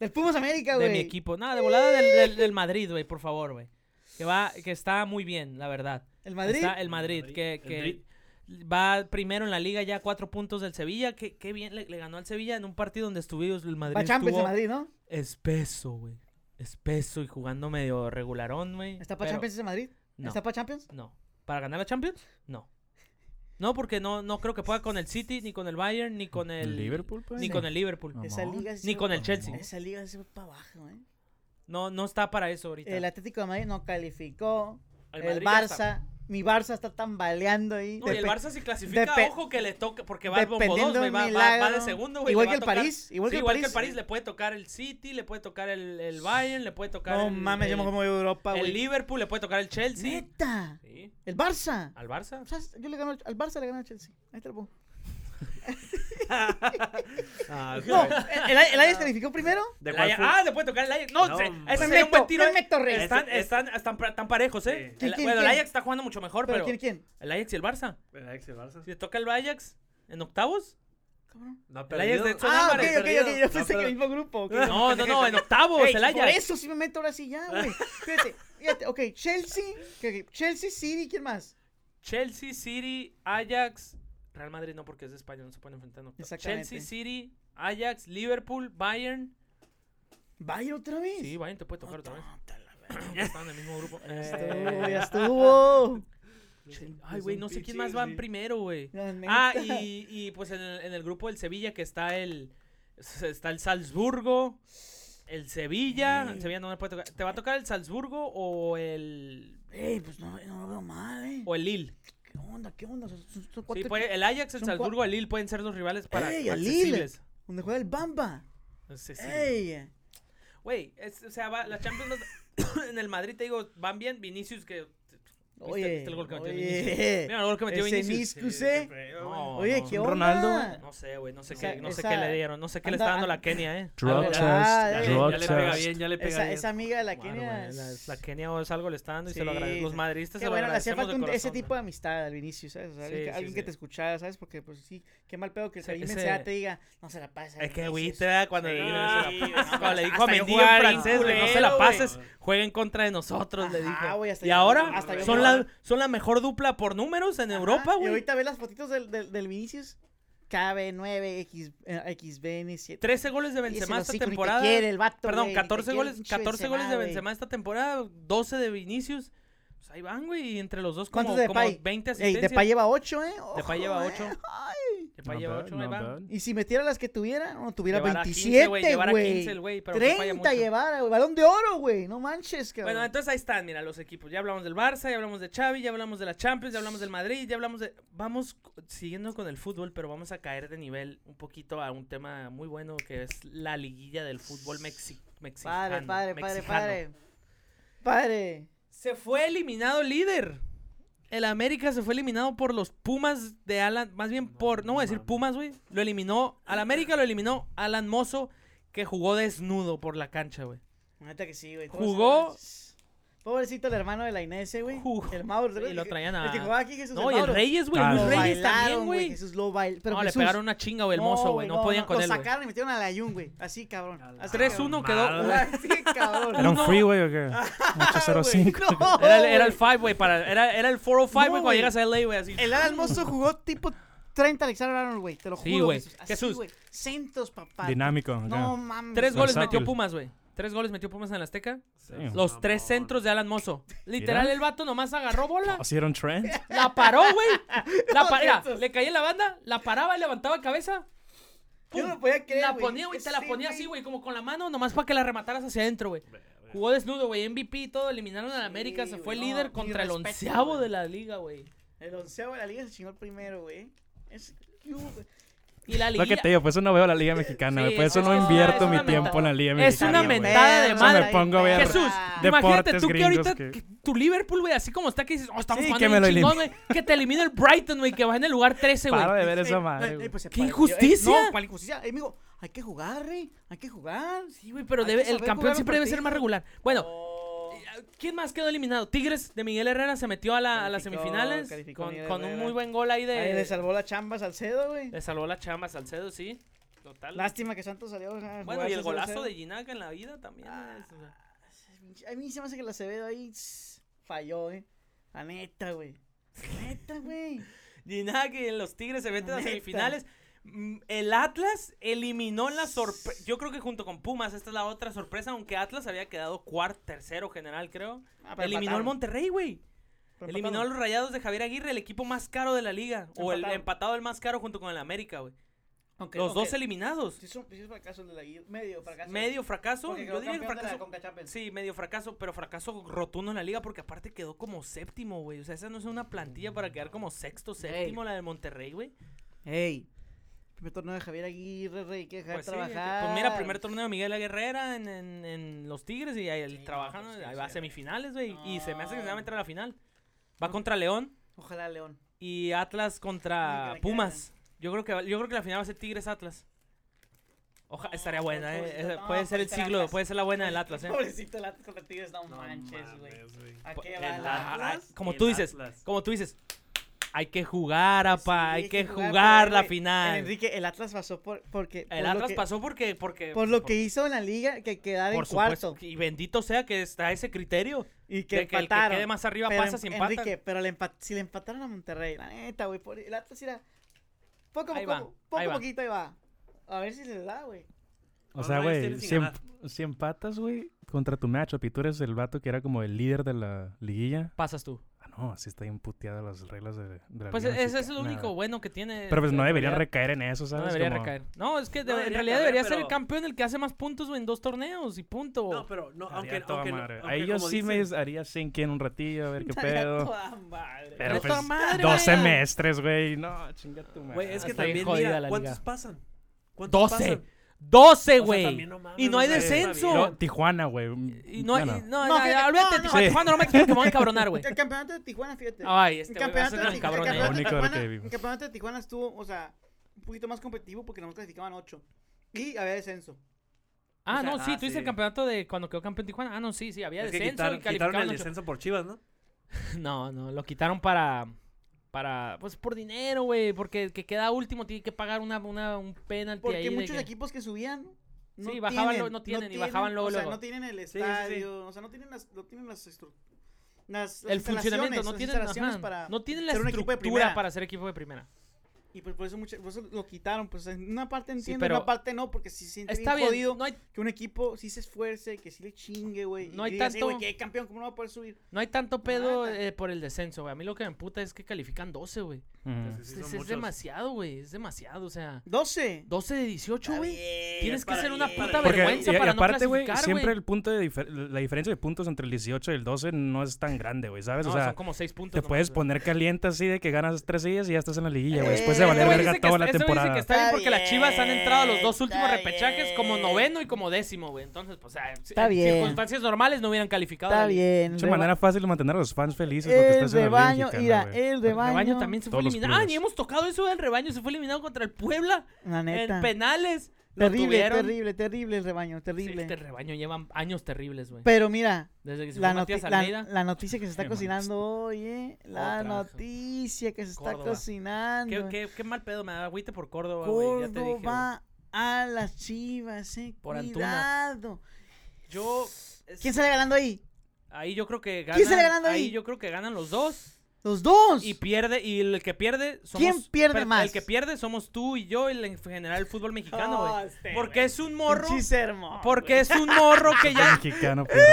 D: Del Pumas América,
A: de
D: güey.
A: mi equipo. No, de volada del, del- del Madrid, güey, por favor, güey. Que va, que está muy bien, la verdad.
D: El Madrid.
A: Está el Madrid,
B: Madrid,
A: que,
B: el
A: que va primero en la liga ya cuatro puntos del Sevilla. Que, que bien le, le ganó al Sevilla en un partido donde estuvimos el Madrid.
D: Va Champions
A: estuvo
D: el Madrid, ¿no?
A: Espeso, güey. Espeso y jugando medio regularón, güey.
D: ¿Está para
A: Pero-
D: Champions ese Madrid?
A: No,
D: ¿Está para Champions?
A: no. ¿Para ganar la Champions? No. No, porque no, no creo que pueda con el City, ni con el Bayern, ni con el...
C: Liverpool, pues?
A: Ni con el Liverpool.
C: No.
D: Esa
C: Mamón.
D: liga sí se
A: Ni
D: va
A: con
D: pa-
A: el Chelsea.
D: Esa liga se va para abajo, eh.
A: No, no está para eso ahorita.
D: El Atlético de Madrid no calificó. El,
A: Madrid ya está.
D: Barça. Mi Barça está tambaleando ahí.
A: No, y el
D: Depe-
A: Barça si clasifica,
D: depe-
A: ojo que le toque, porque va al bombo
D: dependiendo
A: dos, güey,
D: de
A: va,
D: un
A: va- va de
D: milagro.
A: segundo, güey.
D: Igual
A: le va
D: que el
A: a tocar-
D: París,
A: sí,
D: igual que el
A: igual que
D: París.
A: el París, le puede tocar el City, le puede tocar el, el Bayern, le puede tocar
D: No
A: el,
D: mames, yo me
A: el-
D: como Europa,
A: el
D: güey.
A: Liverpool, le puede tocar el Chelsea.
D: ¡Neta!
A: Sí,
D: ¡El Barça!
A: al Barça.
D: O sea, yo le gano al- al Barça, le gano al Chelsea. Ahí está
A: <laughs>
D: el punto.
B: Ah,
D: No, el, el, el Ajax calificó primero.
B: ¿De
A: El
B: cuál
A: Ajax-
B: fue?
A: ah, le puede tocar el Ajax. No,
B: No,
A: se-
B: hombre.
A: ese
D: Me
A: sería un buen
D: meto-
A: tiro. ¿eh?
D: me meto re-
A: Están,
B: Ese-
A: están, están, pa- están parejos, ¿eh?
B: Sí.
D: ¿Quién,
A: El-
D: quién,
A: bueno, el
D: quién?
A: Ajax está jugando mucho mejor,
D: ¿Pero
A: pero,
D: quién, quién?
A: el Ajax y el Barça.
B: ¿El Ajax y el Barça?
A: Si le toca el Ajax en
D: <laughs>
A: octavos.
D: Cabrón.
B: No ha
A: El Ajax de
B: perdido.
A: Edson
D: Ah, ok,
A: Álvarez,
D: ok, ok. Yo pensé que el mismo grupo. ok.
A: No, no, no, en octavos
D: Ey,
A: el Ajax.
D: Por eso sí me meto ahora sí ya, güey. Fíjate, fíjate. Ok, Chelsea. que- que- Chelsea, City, ¿quién más?
A: Chelsea, City, Ajax. Real Madrid no, porque es de España, no se pueden enfrentar. en octavos.
D: Exactamente.
A: Chelsea, City, Ajax, Liverpool, Bayern.
D: Bayern otra vez.
A: Sí, Bayern te puede tocar otra vez.
D: Ah,
A: <coughs> Están en el mismo grupo.
D: Estuvo,
A: Eh,
D: Este, ya
A: Ah,
D: estuvo.
A: Ay, güey, no sé quién más va
B: Sí.
A: primero, güey.
D: No, me
A: Ah,
D: gusta.
A: y, y, pues en el, en el grupo del Sevilla que está el está el Salzburgo, el Sevilla, el Sevilla no me puede tocar. ¿Te va a tocar el Salzburgo o el
D: Ey, pues no, no lo veo mal, eh.
A: o el Lille?
D: ¿Qué onda? ¿Qué onda? Son- son-
A: Pues Sí,
D: son cuatro
A: puede- el Ajax, el
D: son cua-
A: Salzburgo, el Lille pueden ser los rivales para
D: Ey, el Lille.
A: accesibles.
D: equipos. Donde juega el Bamba.
A: Accesibles.
D: Ey.
A: Güey, es- o sea, va, la Champions no- <coughs> en el Madrid te digo, van bien Vinicius que ¿Viste-
D: Oye.
A: viste el gol que metió
D: oye.
A: mira el gol que metió
D: Ese
A: Vinicius.
D: Niscus,
B: Sí,
D: eh.
B: siempre,
A: No,
D: Oye,
A: no,
D: ¿qué
A: no,
D: onda?
C: Ronaldo.
A: no sé, güey, no sé
D: Esa-
A: qué no sé
D: esa-
A: qué le dieron, no sé qué le
D: anda-
A: está dando
D: an-
A: la Kenia, eh.
C: Drug
A: Algo-
D: test,
B: Ya
C: test,
B: le-
D: drug
C: drug
B: ya le
C: test.
B: pega bien, ya le pega
D: Esa,
B: bien.
D: esa amiga de la
A: Claro,
D: Kenia.
A: güey,
D: es-
A: la, la Kenia o es algo le está dando y se lo
D: Sí,
A: agradecen. Los
D: sí.
A: madridistas
D: Qué
A: se lo
D: bueno, le hacía
A: agradecemos
D: falta
A: de
D: un- ese
A: corazón,
D: tipo de amistad al Vinicius, ¿sabes? O sea, alguien
A: Sí,
D: que,
A: sí,
D: alguien que
A: sí.
D: te escuchara, ¿sabes? Porque, pues sí, qué mal pedo que el Karim
A: ese-
D: Benzema te diga, no se la pasa.
A: güey. Es que agüita, ¿verdad? cuando, le-
B: Sí,
A: cuando le dijo a
D: hasta yo
A: Mendy
D: jugaba
A: en
D: bien
A: francés, güey, no se la
D: culero,
A: pases, juega en contra de nosotros, le
D: Ajá,
A: dijo.
D: güey, hasta
A: y
D: yo-
A: ahora
D: hasta
B: yo
A: son
B: jugaba.
A: la, son la mejor dupla por números en
D: Ajá,
A: Europa,
D: Y
A: güey.
D: ahorita ves las fotitos del, del, del Vinicius. KB9, X, eh, XB7.
A: 13 goles de Benzema esta temporada.
D: Quiere el vato,
A: Perdón,
D: güey, ni te
A: 14
D: quiere
A: goles,
D: pinche
A: 14 goles de
D: güey.
A: Benzema esta temporada, 12 de Vinicius. Pues ahí van, güey, y entre los dos como,
D: ¿Cuántos de
A: como
D: Depay?
A: 20
D: Ey,
A: asistencias.
D: Depay lleva 8, ¿eh?
A: Depay lleva
D: Ojo,
A: 8.
D: eh.
A: Depay lleva 8, ahí va.
D: Y si metiera las que tuviera, no tuviera
A: Llevar a
D: 27,
A: 15, llevar a 15 el güey,
D: güey.
A: pero Depay ya
D: 30
A: mucho.
D: llevara, güey. Balón de oro, güey. No manches, cabrón.
A: Bueno, entonces ahí están, mira, los equipos. Ya hablamos del Barça, ya hablamos de Xavi, ya hablamos de la Champions, ya hablamos del Madrid, ya hablamos de... Vamos c- siguiendo con el fútbol, pero vamos a caer de nivel un poquito a un tema muy bueno que es la liguilla del fútbol mexi- mexicano.
D: Padre, padre, padre,
A: mexicano.
D: padre. Padre.
A: Se fue eliminado el líder. El América se fue eliminado por los Pumas de Alan, más bien por, no voy a decir Pumas, güey. Lo eliminó, al América lo eliminó Alan Mozo, que jugó desnudo por la cancha, güey.
D: Neta que sí, güey.
A: Jugó.
D: Pobrecito el hermano de la Inés, eh, güey.
A: Jugó.
D: El Mauro. ¿te
A: Y lo
D: acuerdas?
A: traían
D: El que
A: a...
D: jugaba aquí, Jesús.
A: No, y el
D: Mauro.
A: Reyes, güey.
C: Ah,
A: Luis
D: Lo
A: Reyes también,
D: bailaron,
A: güey.
D: Jesús lo bail- Pero
A: No, le
D: Jesús-
A: pegaron una chinga, güey, el mozo, güey. No, podían con
D: lo
A: él,
D: Lo
A: güey.
D: sacaron y metieron a la Jun, güey. Así, cabrón.
B: A la
D: Así, <laughs>
B: tres,
A: 3-1 Ah, quedó.
B: Madre.
D: cabrón. Así, cabrón.
C: ¿Era un
A: Uno.
C: freeway o qué?
D: Ah, güey,
C: 805.
D: <laughs> no,
A: <laughs> Era el, era el
D: güey.
A: 5, güey. Para, era, era el 405,
D: No,
A: güey, cuando
D: güey.
A: llegas a LA, güey, así.
D: El Alan Mozo jugó tipo 30 Alexander Arnold, güey. Te lo
A: Sí,
D: juro.
A: güey.
D: Así,
A: Jesús.
D: güey. Centros, papá.
C: Dinámico. acá.
D: No mames.
A: Tres goles metió
C: Versátil.
A: Pumas, güey. Tres goles metió Pumas en el Azteca.
B: Sí,
C: Los
A: Los
B: mamón.
A: tres centros de Alan Mozo. Literal,
C: Mira.
A: el vato nomás agarró bola,
C: ¿Así era un trend?
A: la paró,
D: <laughs>
A: güey. La
D: No,
A: pa- mira,
D: Jesús.
A: le caía en la banda, la paraba y levantaba cabeza.
D: Yo
A: pum,
D: no lo podía creer.
A: La ponía, güey, te la
D: Sí,
A: ponía así, güey, como con la mano, nomás para que la remataras hacia adentro, güey. Jugó desnudo, güey. MVP y todo. Eliminaron al
D: Sí,
A: América. Se
D: güey,
A: fue
D: no,
A: líder
D: mi
A: contra el
D: respeto,
A: onceavo
D: güey.
A: de la liga, güey.
D: El onceavo de la liga se chingó el primero, güey. Es. uh,
A: Y la
C: Lo
A: liga.
C: que te digo, por eso no veo la Liga Mexicana, güey.
A: Sí,
C: Por eso
A: es
C: no
A: que es una-
C: invierto
A: es
C: mi
A: una
C: tiempo en la Liga
A: Es
C: Mexicana.
A: una
C: güey.
A: mentada de madre.
C: me pongo a ver
A: Jesús, imagínate
C: de- Deportes
A: tú que
C: gringos
A: ahorita
C: que-
A: que tu Liverpool, güey, así como está, que dices, oh, estamos
C: Sí,
A: jugando
C: que me
A: bien
C: lo
A: chingón, güey. Que te elimine el Brighton, güey, que va en el lugar 13, güey.
C: Paro de ver
D: Eh,
C: esa
D: eh,
C: madre,
D: eh,
C: güey.
D: pues, se
A: ¡Qué
D: puede. Eh,
A: injusticia!
D: No, ¿cuál injusticia? Eh, amigo, hay que jugar, rey. Hay que jugar.
A: Sí, güey, pero
D: Hay
A: debe-
D: que
A: el
D: saber
A: campeón
D: jugar
A: siempre
D: los
A: debe ser más
D: partidos.
A: regular. Bueno, eh,
D: Oh.
A: ¿Quién más quedó eliminado? Tigres de Miguel Herrera se metió a, la- a las
D: Calificó,
A: semifinales
D: calificó
A: con,
D: Miguel
A: con un
D: Herrera.
A: muy buen gol ahí de...
D: Ahí le salvó la chamba a Salcedo, güey.
A: le salvó la chamba a Salcedo, sí. Total.
D: Lástima que Santos salió. a Ah.
A: bueno,
D: jugar
A: y el
D: ese
A: golazo
D: 0-0.
A: de Ginaga en la vida también. es, o sea.
D: A mí se me hace que la Acevedo ahí tss, falló, eh. La neta, güey. La neta, güey.
A: Ginaga que los Tigres se meten a
D: Neta.
A: semifinales. Mm, El Atlas eliminó en la sorpresa. Yo creo que junto con Pumas, esta es la otra sorpresa, aunque Atlas había quedado cuarto, tercero general, creo.
D: Ah, pero
A: Eliminó al
D: empataron,
A: Monterrey, güey.
D: pero
A: Eliminó a
D: empataron.
A: los Rayados de Javier Aguirre, el equipo más caro de la liga. O el
D: Empataron.
A: empatado el más caro junto con el América, güey.
D: Ok,
A: Los
D: ok.
A: dos eliminados.
D: Sí, es un sí es un fracaso el de la Guir- Medio fracaso.
A: Medio fracaso.
D: Porque
A: Yo
D: quedó
A: diría que
D: campeón de la
A: fracaso.
D: Conca Champions.
A: Sí, medio fracaso, pero fracaso rotundo en la liga porque aparte quedó como séptimo, güey. O sea, esa no es una plantilla para quedar como sexto, séptimo, la del Monterrey, güey.
D: Ey. Primer torneo de Javier Aguirre, rey, que dejar
A: Pues, sí,
D: trabajar.
A: pues mira, primer torneo de Miguel Guerrera en, en- en los Tigres y ahí el
D: Sí,
A: trabajando,
D: no, pues, sí,
A: ahí va a
D: sí.
A: semifinales, güey. Y se me hace que se va a
D: No.
A: meter a la final. Va contra León
D: Ojalá León.
A: y Atlas
D: Ay,
A: contra
D: que me
A: Pumas. Yo creo que va- yo creo que la final va a ser Tigres Atlas. Ojalá,
D: No,
A: estaría buena, eh.
D: pobrecito,
A: Esa-
D: no,
A: Puede ser el
D: pobrecito el
A: siglo,
D: Atlas.
A: puede ser la buena del Atlas,
D: <laughs>
A: eh.
D: Pobrecito el Atlas contra Tigres, no, manches, güey. ¿A
A: Pues,
D: qué va el Atlas?
A: Como tú dices, como tú dices, hay que jugar, apa,
D: Sí,
A: hay que
D: pero,
A: jugar la
D: güey,
A: final.
D: Enrique, el Atlas pasó por, porque. por
A: El
D: lo
A: Atlas
D: que-
A: pasó porque porque
D: Por lo que hizo en la liga, que quedar en
A: por supuesto,
D: cuarto.
A: y bendito sea que está ese criterio.
D: Y que
A: Que, que el que
D: empataron.
A: quede más arriba
D: Pero,
A: pasa sin empatan.
D: Enrique, pero le empa- si le empataron a Monterrey, la neta, güey. por- El Atlas era. Poco a
A: Ahí
D: poco,
A: va,
D: poco
A: ahí
D: a
A: va.
D: poquito ahí va. A ver si se le da, güey. <laughs>
C: O sea,
B: Los Raiders
C: güey,
B: tienen sin
C: si, em-
B: ganar.
C: si empatas, güey, contra tu matchup y tú eres el vato que era como el líder de la liguilla.
A: Pasas tú.
C: Ah, no, así está bien puteada las reglas de, de la
A: Pues
C: Liga
A: eso es lo
C: Mexicana,
A: único
C: güey.
A: bueno que tiene.
C: Pero pues
A: en
C: no
A: realidad.
C: deberían recaer en eso,
A: No
C: ¿sabes?
A: debería
C: Como-
A: recaer. No, es que de-
B: No
A: en
B: debería
A: realidad
B: caer,
A: debería ser
B: pero-
A: el campeón el que hace más puntos güey, en dos torneos y punto.
B: No, pero no,
C: Haría
B: aunque, aunque,
C: toda
B: no-
C: madre.
B: aunque
C: Ahí yo
B: como
C: sí me
B: dices-
C: haría sinking en un ratillo, a
A: <laughs>
C: ver qué
D: Estaría
C: pedo.
D: toda madre.
A: Pero
C: Pero
A: toda
C: pues,
A: madre, güey.
C: dos semestres, güey. No, chinga tu madre.
B: Güey, es que
A: Está bien
B: también
A: jodida la
B: mira,
A: liga.
B: ¿cuántos pasan? ¿Cuántos
A: 12.
B: pasan?
A: 12,
B: O sea,
A: güey.
B: también no mames,
A: y no
B: o
A: hay
B: sea, está
A: descenso.
B: bien.
C: No, Tijuana, güey.
A: Y no hay.
C: Bueno,
A: y- No,
D: No,
A: ya,
D: fíjate,
A: ya, olvídate,
D: no,
A: Tijuana,
C: no.
A: Tijuana, no me porque me voy a encabronar,
D: <laughs>
A: güey.
D: El campeonato de Tijuana, fíjate.
A: Ay,
D: El
A: este güey va a
D: campeonato,
A: ser
D: de
A: tan
D: Ti- el
A: cabrón.
C: campeonato-
A: eh.
C: Lo único de lo
D: Tijuana,
C: que vimos.
D: el campeonato de Tijuana estuvo, o sea, un poquito más competitivo porque nomás clasificaban 8. Y había descenso.
A: Ah,
B: o sea,
A: no, sí,
B: ah,
A: tú dices el
B: sí.
A: campeonato de cuando quedó campeón Tijuana. Ah, no, sí, sí, había
B: Es que
A: descenso
B: quitaron,
A: y
B: quitaron
A: calificaban
B: el
A: ocho.
B: descenso por Chivas, ¿no?
A: <laughs> No, no, lo quitaron para. Para. Pues por dinero, güey. Porque el que queda último tiene que pagar una, una, un penalti ahí.
D: Porque
A: de
D: muchos
A: que-
D: equipos que subían. No
A: Sí, bajaban
D: tienen,
A: luego- no tienen, y bajaban luego,
D: O sea,
A: luego.
D: no tienen el
B: sí, sí.
D: estadio, o sea, no tienen las, no tienen las, estru- las- las
A: El funcionamiento,
D: instalaciones,
A: no
D: las
A: tienen,
D: instalaciones
A: ajá,
D: para
A: no tienen la
D: ser un equipo de
A: estructura
D: primera.
A: para ser equipo de primera.
D: Y pues por eso, mucha- por eso lo quitaron, pues en una parte
A: Sí,
D: entiendo,
A: pero-
D: en una parte no, porque si se siente
A: Está bien,
D: bien jodido
A: no, hay,
D: que un equipo sí se esfuerce, que sí le chingue, güey.
A: No
D: y
A: hay
D: que diga, "Sí,
A: tanto-
D: güey, que campeón, ¿cómo no va a poder subir?
A: no hay
D: Ah,
A: tanto pedo
D: Nada.
A: eh, por el descenso, güey. A mí lo que me emputa es que califican 12, güey.
C: mm.
B: Entonces,
A: Es,
B: sí son
A: es
B: muchos.
A: demasiado, güey. Es demasiado, o sea.
D: 12.
A: 12 de 18,
D: Está
A: güey.
D: bien,
A: Tienes que
D: para
A: ser una
D: bien.
A: puta
C: Porque,
A: vergüenza
C: y- y
A: para no
C: aparte, güey,
A: clasificar,
C: siempre
A: güey.
C: el punto de difer- la diferencia de puntos entre el 18 y el 12 no es tan grande, güey, ¿sabes?
A: No,
C: Pues, o sea,
A: son como 6 puntos.
C: te
A: nomás,
C: puedes
A: güey.
C: poner caliente así de que ganas tres sillas y ya estás en la liguilla, güey.
D: Eh,
C: Después de valer
A: Este güey
C: verga
A: dice que
C: toda
A: está-
C: la
A: este güey
C: temporada.
A: dice que está bien
D: Está
A: porque las Chivas han entrado a los dos
D: bien,
A: últimos
D: está
A: repechajes como
D: bien.
A: noveno y como décimo, güey. Entonces, pues, o sea,
D: Está
A: en
D: bien.
A: circunstancias normales no hubieran calificado. a la liga.
D: bien.
C: Mucha manera fácil de mantener a los fans felices
A: Eh,
C: porque
D: El
C: estás en la liga
D: rebaño,
C: mexicana,
D: mira,
C: güey.
D: el
A: El
D: rebaño.
A: rebaño también se fue
C: Todos los
A: eliminado. Ah,
C: clubes.
A: ni hemos tocado eso del rebaño. Se fue eliminado contra el Puebla
D: La
A: en
D: neta.
A: penales. Lo
D: terrible,
A: tuvieron.
D: terrible, terrible el rebaño,
A: Sí,
D: terrible.
A: este rebaño llevan años terribles, güey.
D: Pero mira,
A: Desde que se
D: la,
A: fue Matías
D: noti- la-
A: Almeida.
D: la noticia que se está
C: Qué
D: cocinando hoy, eh. La
A: Otra.
D: noticia que se está
A: Córdoba.
D: cocinando.
A: ¿Qué, qué, qué mal pedo me da agüite por Córdoba, güey. Ya te dije. güey.
D: Córdoba a las chivas, eh.
A: Por Antuna.
D: Cuidado.
A: Yo.
D: ¿Quién sale ganando ahí?
A: Ahí yo creo que ganan.
D: sale ganando ahí?
A: Ahí yo creo que ganan los dos.
D: Los dos.
A: Y pierde, y el que pierde somos...
D: Pues, ¿Quién pierde
A: per-
D: más?
A: El que pierde somos tú y yo, y el- en general el fútbol mexicano, güey.
D: Oh, este
A: porque es un morro...
D: Pinches hermoso,
A: Porque
D: <laughs> güey.
A: es un morro que
C: El
A: ya...
C: mexicano, pierde.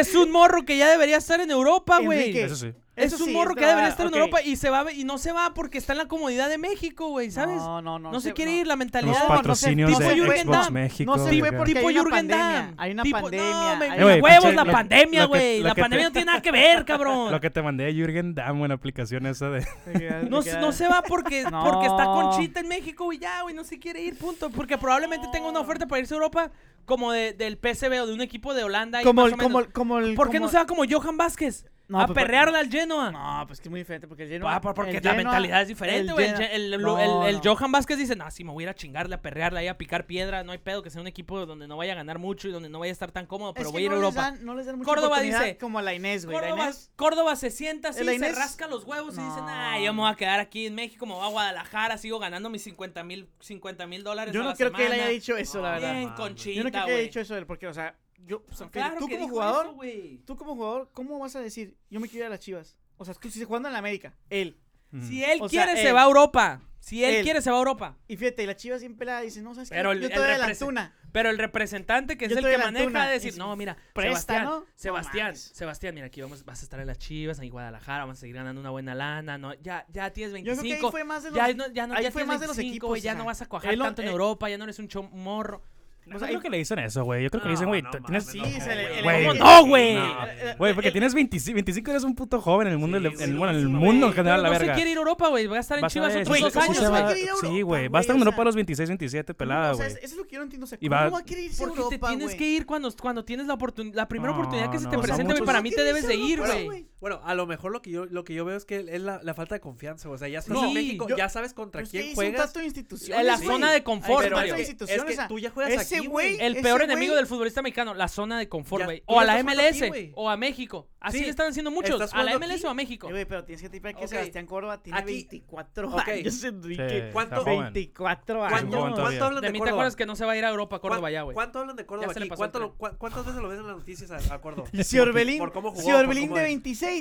A: es un morro que ya debería estar en Europa, güey.
D: Enrique,
A: Es
C: Eso sí.
D: Eso
A: un
D: sí,
A: morro
D: es
A: que ya debería
D: verdad,
A: estar
D: ok.
A: en Europa y se va y no se va porque está en la comodidad de México, güey, ¿sabes? No,
D: No, no, no.
A: se, quiere ir la mentalidad.
C: Los
D: no, no sé,
C: patrocinios
A: tipo
C: de
A: Jürgen
C: Xbox
A: Damm.
C: México.
D: No se fue
C: acá.
D: porque
A: tipo
D: hay una
A: Jürgen
D: pandemia.
A: Damm.
D: Hay una
A: Tipo-
D: pandemia.
A: No, me-
D: hay
A: me
D: una
C: Eh, güey,
A: huevos
C: pinche-
A: la
C: lo-
A: pandemia,
C: lo que-
A: güey.
C: lo
A: La
C: que te-
A: pandemia no tiene nada que ver, cabrón.
C: <laughs> Lo que te mandé de Jürgen Damm, buena aplicación esa de...
D: pandemia.
A: No, se- no se va porque,
D: <laughs> No.
A: porque está Conchita en México, güey, ya, güey, no se quiere ir, punto. Porque probablemente tenga una oferta para irse a Europa como de- del PSV o de un equipo de Holanda. ahí
D: Como
A: más
D: el,
A: o menos.
D: como el, como el.
A: ¿Por qué no
D: como-
A: se va como Johan Vázquez?
D: No,
A: a
D: pues,
A: perrearla al Genoa.
D: No, pues que es muy diferente porque el Genoa.
A: Ah, por- porque
D: el
A: la
D: Genoa-
A: mentalidad es diferente,
D: el
A: güey. El,
D: Genoa-
A: Gen- el- el-
D: No,
A: el- el
D: no.
A: Johan Vázquez dice, no, si me voy a ir a chingarle, a perrearle ahí, a picar piedra. No hay pedo que sea un equipo donde no vaya a ganar mucho y donde no vaya a estar tan cómodo, pero
D: Es que
A: voy a ir a
D: no les
A: Europa.
D: dan- no les dan mucha
A: Córdoba
D: oportunidad
A: dice-
D: Como a la Inés, Pues, güey. La
A: Córdoba,
D: Inés-
A: Córdoba se sienta así,
D: ¿El
A: se
D: Inés?
A: rasca los huevos y dice,
D: No.
A: nah, yo me voy a quedar aquí en México, me voy a Guadalajara, sigo ganando mis 50 mil 50 mil dólares.
D: Yo
A: a
D: no
A: la
D: creo que él
A: semana".
D: haya dicho eso, la verdad.
A: Bien,
B: Yo no
D: Yo no creo
A: conchita,
D: que haya
A: güey. Pues,
D: dicho eso él, porque, o sea, yo, o sea, que
A: Claro
D: tú
A: que
D: como
A: dijo
D: jugador,
A: eso, güey.
D: tú como jugador, ¿cómo vas a decir, yo me quiero ir a las chivas? O sea, tú si se jugando en la América, él.
C: Mm.
A: Si él
D: O sea,
A: quiere, se
D: él.
A: va a Europa. Si él,
D: Él.
A: quiere, se va a Europa.
D: Y fíjate, y la chiva siempre la dice, no, ¿sabes qué?
A: Pero el-
D: yo te
A: el
D: doy a la
A: represen-
D: tuna.
A: Pero el representante, que es
D: Yo
A: el
D: te doy
A: que
D: la
A: maneja,
D: tuna,
A: va a decir,
D: es-
A: no, mira,
D: presta,
A: Sebastián,
D: ¿no? No
A: Sebastián,
D: mames.
A: Sebastián, mira, aquí vamos, vas a estar en las Chivas, en Guadalajara, vamos a seguir ganando una buena lana, no, ya, ya tienes
D: Yo creo que ahí
A: 25,
D: fue más de los...
A: ya, no, ya, no,
D: ahí
A: ya
D: fue
A: tienes
D: más de los
A: 25,
D: equipos,
A: güey, ya
D: ajá.
A: no vas a cuajar
D: Él no-
A: tanto en
D: eh,
A: Europa, ya no eres un chom- morro.
C: No creo que le dicen eso, güey. Yo creo que le dicen,
B: No,
C: güey,
B: no
C: t- tienes...
B: mames,
D: Sí,
B: No,
D: se le...
B: güey.
D: el-
C: Güey,
D: el-
A: ¿Cómo
D: el-
A: no, güey?
B: No.
D: el-
C: <laughs> Güey, porque
D: el-
C: tienes 25, 25 eres un puto joven en el mundo,
B: Sí,
C: en-
B: güey,
C: en,
B: no
C: bueno, en el
B: mames,
C: mundo en
D: güey.
C: general,
A: Pero
C: la
A: no se
C: verga.
A: quiere ir a Europa, güey, va a estar en
C: Vas a
A: Chivas
C: ver,
A: otros
C: sí,
A: dos
C: sí,
A: años,
D: va
C: se
D: a
A: güey.
D: querer ir a
C: Sí,
D: Europa,
C: güey, va a
D: güey,
C: estar
D: o
C: en Europa
D: sea.
C: a los 26, 27, pelada,
D: o sea,
C: güey.
D: es- eso es lo que yo no entiendo, o sea,
C: Y
D: ¿cómo
C: va-
D: va a querer irse a
A: Porque te
D: Europa,
A: tienes
D: güey?
A: que ir cuando, cuando tienes la oportunidad, la primera
C: No,
A: oportunidad que se te
C: no,
A: presente,
C: muchos-
A: güey, para
D: ¿Por
A: mí
D: qué
A: te
D: quieres
A: debes
D: ir
A: de
D: a
A: ir,
D: Europa,
A: güey.
B: Bueno, a lo mejor lo que yo, lo que yo veo es que es la, la falta de confianza, güey. O sea, ya estás
A: No.
B: en México,
D: Yo-
B: ya sabes contra
D: Pero es que
B: quién
D: hizo un
B: juegas.
D: trato de instituciones,
A: En la
D: güey.
A: zona de confort,
D: Pero
A: Mario.
D: es que- es que
B: tú ya juegas
D: ese
B: aquí,
D: güey-
B: güey.
A: El
D: Ese
A: peor
D: güey-
A: enemigo del futbolista mexicano, la zona de confort,
B: Ya,
A: güey.
B: tú
A: O
B: ya
A: a la
B: estás jugando
A: MLS,
B: aquí, güey.
A: o a México. Así
B: Sí.
A: le están haciendo muchos.
B: Estás
A: A la
B: jugando
A: MLS
B: aquí.
A: o a México.
D: Eh, güey, pero tienes que tirar que
B: Ok.
D: Sebastián Córdoba tiene
B: Aquí-
D: 24
A: <laughs>
B: Ok.
D: años, Enrique.
C: Sí,
B: ¿Cuánto-
C: está joven.
D: 24 años.
B: ¿Cuánto,
C: Simón,
B: ¿cuánto
C: todavía.
B: hablan
A: De
B: de
A: mí te
B: Córdoba?
A: acuerdas que no se va a ir a Europa, Córdoba ya, güey.
B: ¿Cuánto hablan de Córdoba
A: Ya se le
B: aquí?
A: pasó
B: ¿Cuánto
A: el
B: lo- cua- ¿Cuántas veces lo ves en las noticias a,
A: <laughs>
B: a Córdoba?
D: Si Orbelín,
B: Por cómo jugó,
D: si
B: por
D: Orbelín
B: cómo
D: de
B: es.
D: 26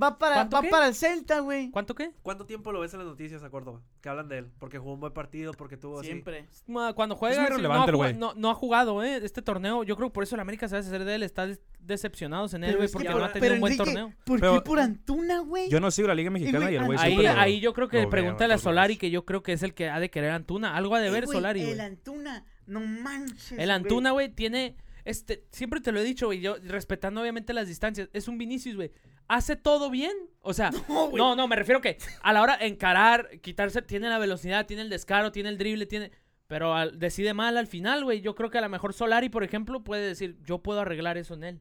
D: va para,
A: ¿Cuánto
D: va
A: qué?
D: para el Celta, güey.
A: ¿Cuánto qué?
B: ¿Cuánto tiempo lo ves en las noticias a Córdoba? Que hablan de él. Porque jugó un buen partido, porque tuvo así-
D: Siempre.
A: Ma, Pues Cuando juega,
C: muy
A: sí, no, ha
C: relevante el
A: jugado,
C: güey.
A: no, no ha jugado, eh. Este torneo, yo creo que por eso el América se hace hacer de él. Está des- decepcionados en él, güey,
D: es que
A: porque
B: por-
A: no ha tenido
D: pero
A: un buen
D: Enrique,
A: torneo.
D: ¿Por qué
C: Pero-
D: por Antuna, güey?
C: Yo no sigo la Liga Mexicana y el güey
D: Ahí-
A: Ahí,
C: siempre lo-
A: ahí yo creo que
C: Pues lo veo
A: pregúntale
C: en
A: a
C: todos
A: Solari,
C: lados.
A: que yo creo que es el que ha de querer a Antuna. Algo ha de
D: Eh,
A: ver
D: güey,
A: Solari,
D: El
A: güey.
D: Antuna, no manches.
A: El Antuna, güey, tiene. Este, siempre te lo he dicho, güey, yo respetando obviamente las distancias. Es un Vinicius, güey. Hace todo bien. O sea,
D: <laughs> No, güey.
A: no, no, me refiero que a la hora de encarar, quitarse, tiene la velocidad, tiene el descaro, tiene el drible, tiene. Pero al- decide mal al final, güey. Yo creo que a lo mejor Solari, por ejemplo, puede decir, yo puedo arreglar eso en él.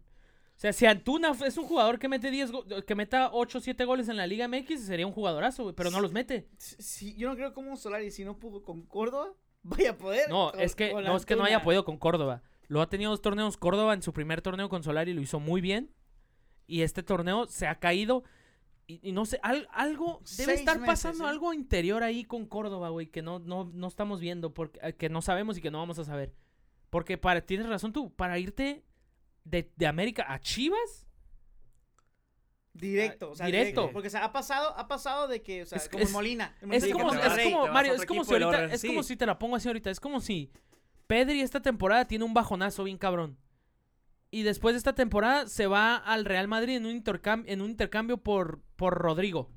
A: O sea, si Antuna es un jugador que mete 10 go- que meta 8 o 7 goles en la Liga MX, sería un jugadorazo, güey, pero no los mete.
D: Si, yo no creo como Solari, si no pudo con Córdoba, <laughs> vaya a poder.
A: No,
D: con-
A: es que
D: con
A: no es que no haya
D: Antuna.
A: podido con Córdoba. Lo ha tenido dos torneos Córdoba en su primer torneo con Solari lo hizo muy bien y este torneo se ha caído y, y no sé, al- algo debe
D: Seis
A: estar
D: meses,
A: pasando
D: ¿eh?
A: algo interior ahí con Córdoba, güey, que no no no estamos viendo porque eh, que no sabemos y que no vamos a saber. Porque para tienes razón tú, para irte de, de América a Chivas
D: Directo, o sea,
A: Directo.
D: directo. Porque o sea, ha pasado, ha pasado de que, o sea,
A: Es-
D: como el
A: es-
D: Molina. el
A: es
D: Molina
A: como
D: que
B: te
A: es
B: vas-
A: como
D: Monterrey.
B: te vas a
A: Mario,
B: otro
A: es como
B: equipo
A: si
B: y luego
A: ahorita
B: regresas.
A: es como
B: Sí.
A: si te la pongo así ahorita, es como si Pedri esta temporada tiene un bajonazo bien cabrón. Y después de esta temporada se va al Real Madrid en un intercambio, en un intercambio por, por Rodrigo.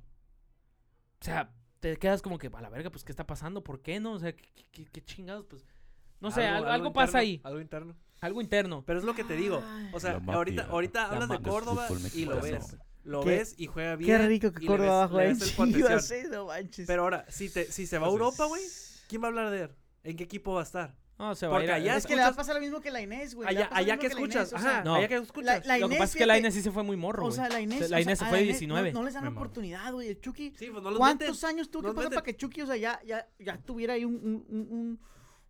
A: O sea, te quedas como que, a la verga, pues, ¿qué está pasando? ¿Por qué no? O sea, ¿qué, qué- qué chingados? Pues, no sé, algo, algo pasa
B: interno,
A: ahí.
B: Algo interno.
A: Algo interno.
B: Pero es lo que te digo. O sea,
C: La mafia,
B: ahorita, ahorita
C: la
B: hablas de
C: mafia del
B: Córdoba
C: fútbol
B: y lo
C: mexicano.
B: ves. Lo
D: Qué-
B: ves y juega bien.
D: Qué rico que
B: y le ves-
D: Córdoba va a
B: le
D: jugar en <laughs>
B: ves el potencial.
D: Chivas, eh, no manches.
B: Pero ahora, si, te, si se va a Europa, güey, ¿quién va a hablar de él? ¿En qué equipo va a estar?
A: No, se va a
B: Porque
A: ir a-
B: allá
D: es que le va a
B: escuchas-
D: pasar lo mismo que la Inés, güey. le va
B: Allá,
D: a pasar lo
B: allá
D: mismo
B: que
D: Pues la
B: escuchas.
D: Inés, o sea,
B: Ajá,
A: No.
B: allá que
D: La,
B: escuchas.
D: la
A: Lo
D: Inés,
A: que pasa es que la
D: fíjate,
A: Inés sí se fue muy morro,
D: O
A: güey.
D: sea, la Inés,
A: la
D: o
A: Inés
D: sea,
A: se
D: a
A: fue
D: la
A: de
D: Inés
A: 19.
D: No, no les dan
C: Me mamó.
D: oportunidad, güey. El Chucky.
B: Sí, pues no los
D: ¿Cuántos
B: meten.
D: años tuvo que
B: Los
D: pasar
B: meten.
D: para que Chucky, o sea, ya, ya, ya tuviera ahí un. un, un, un-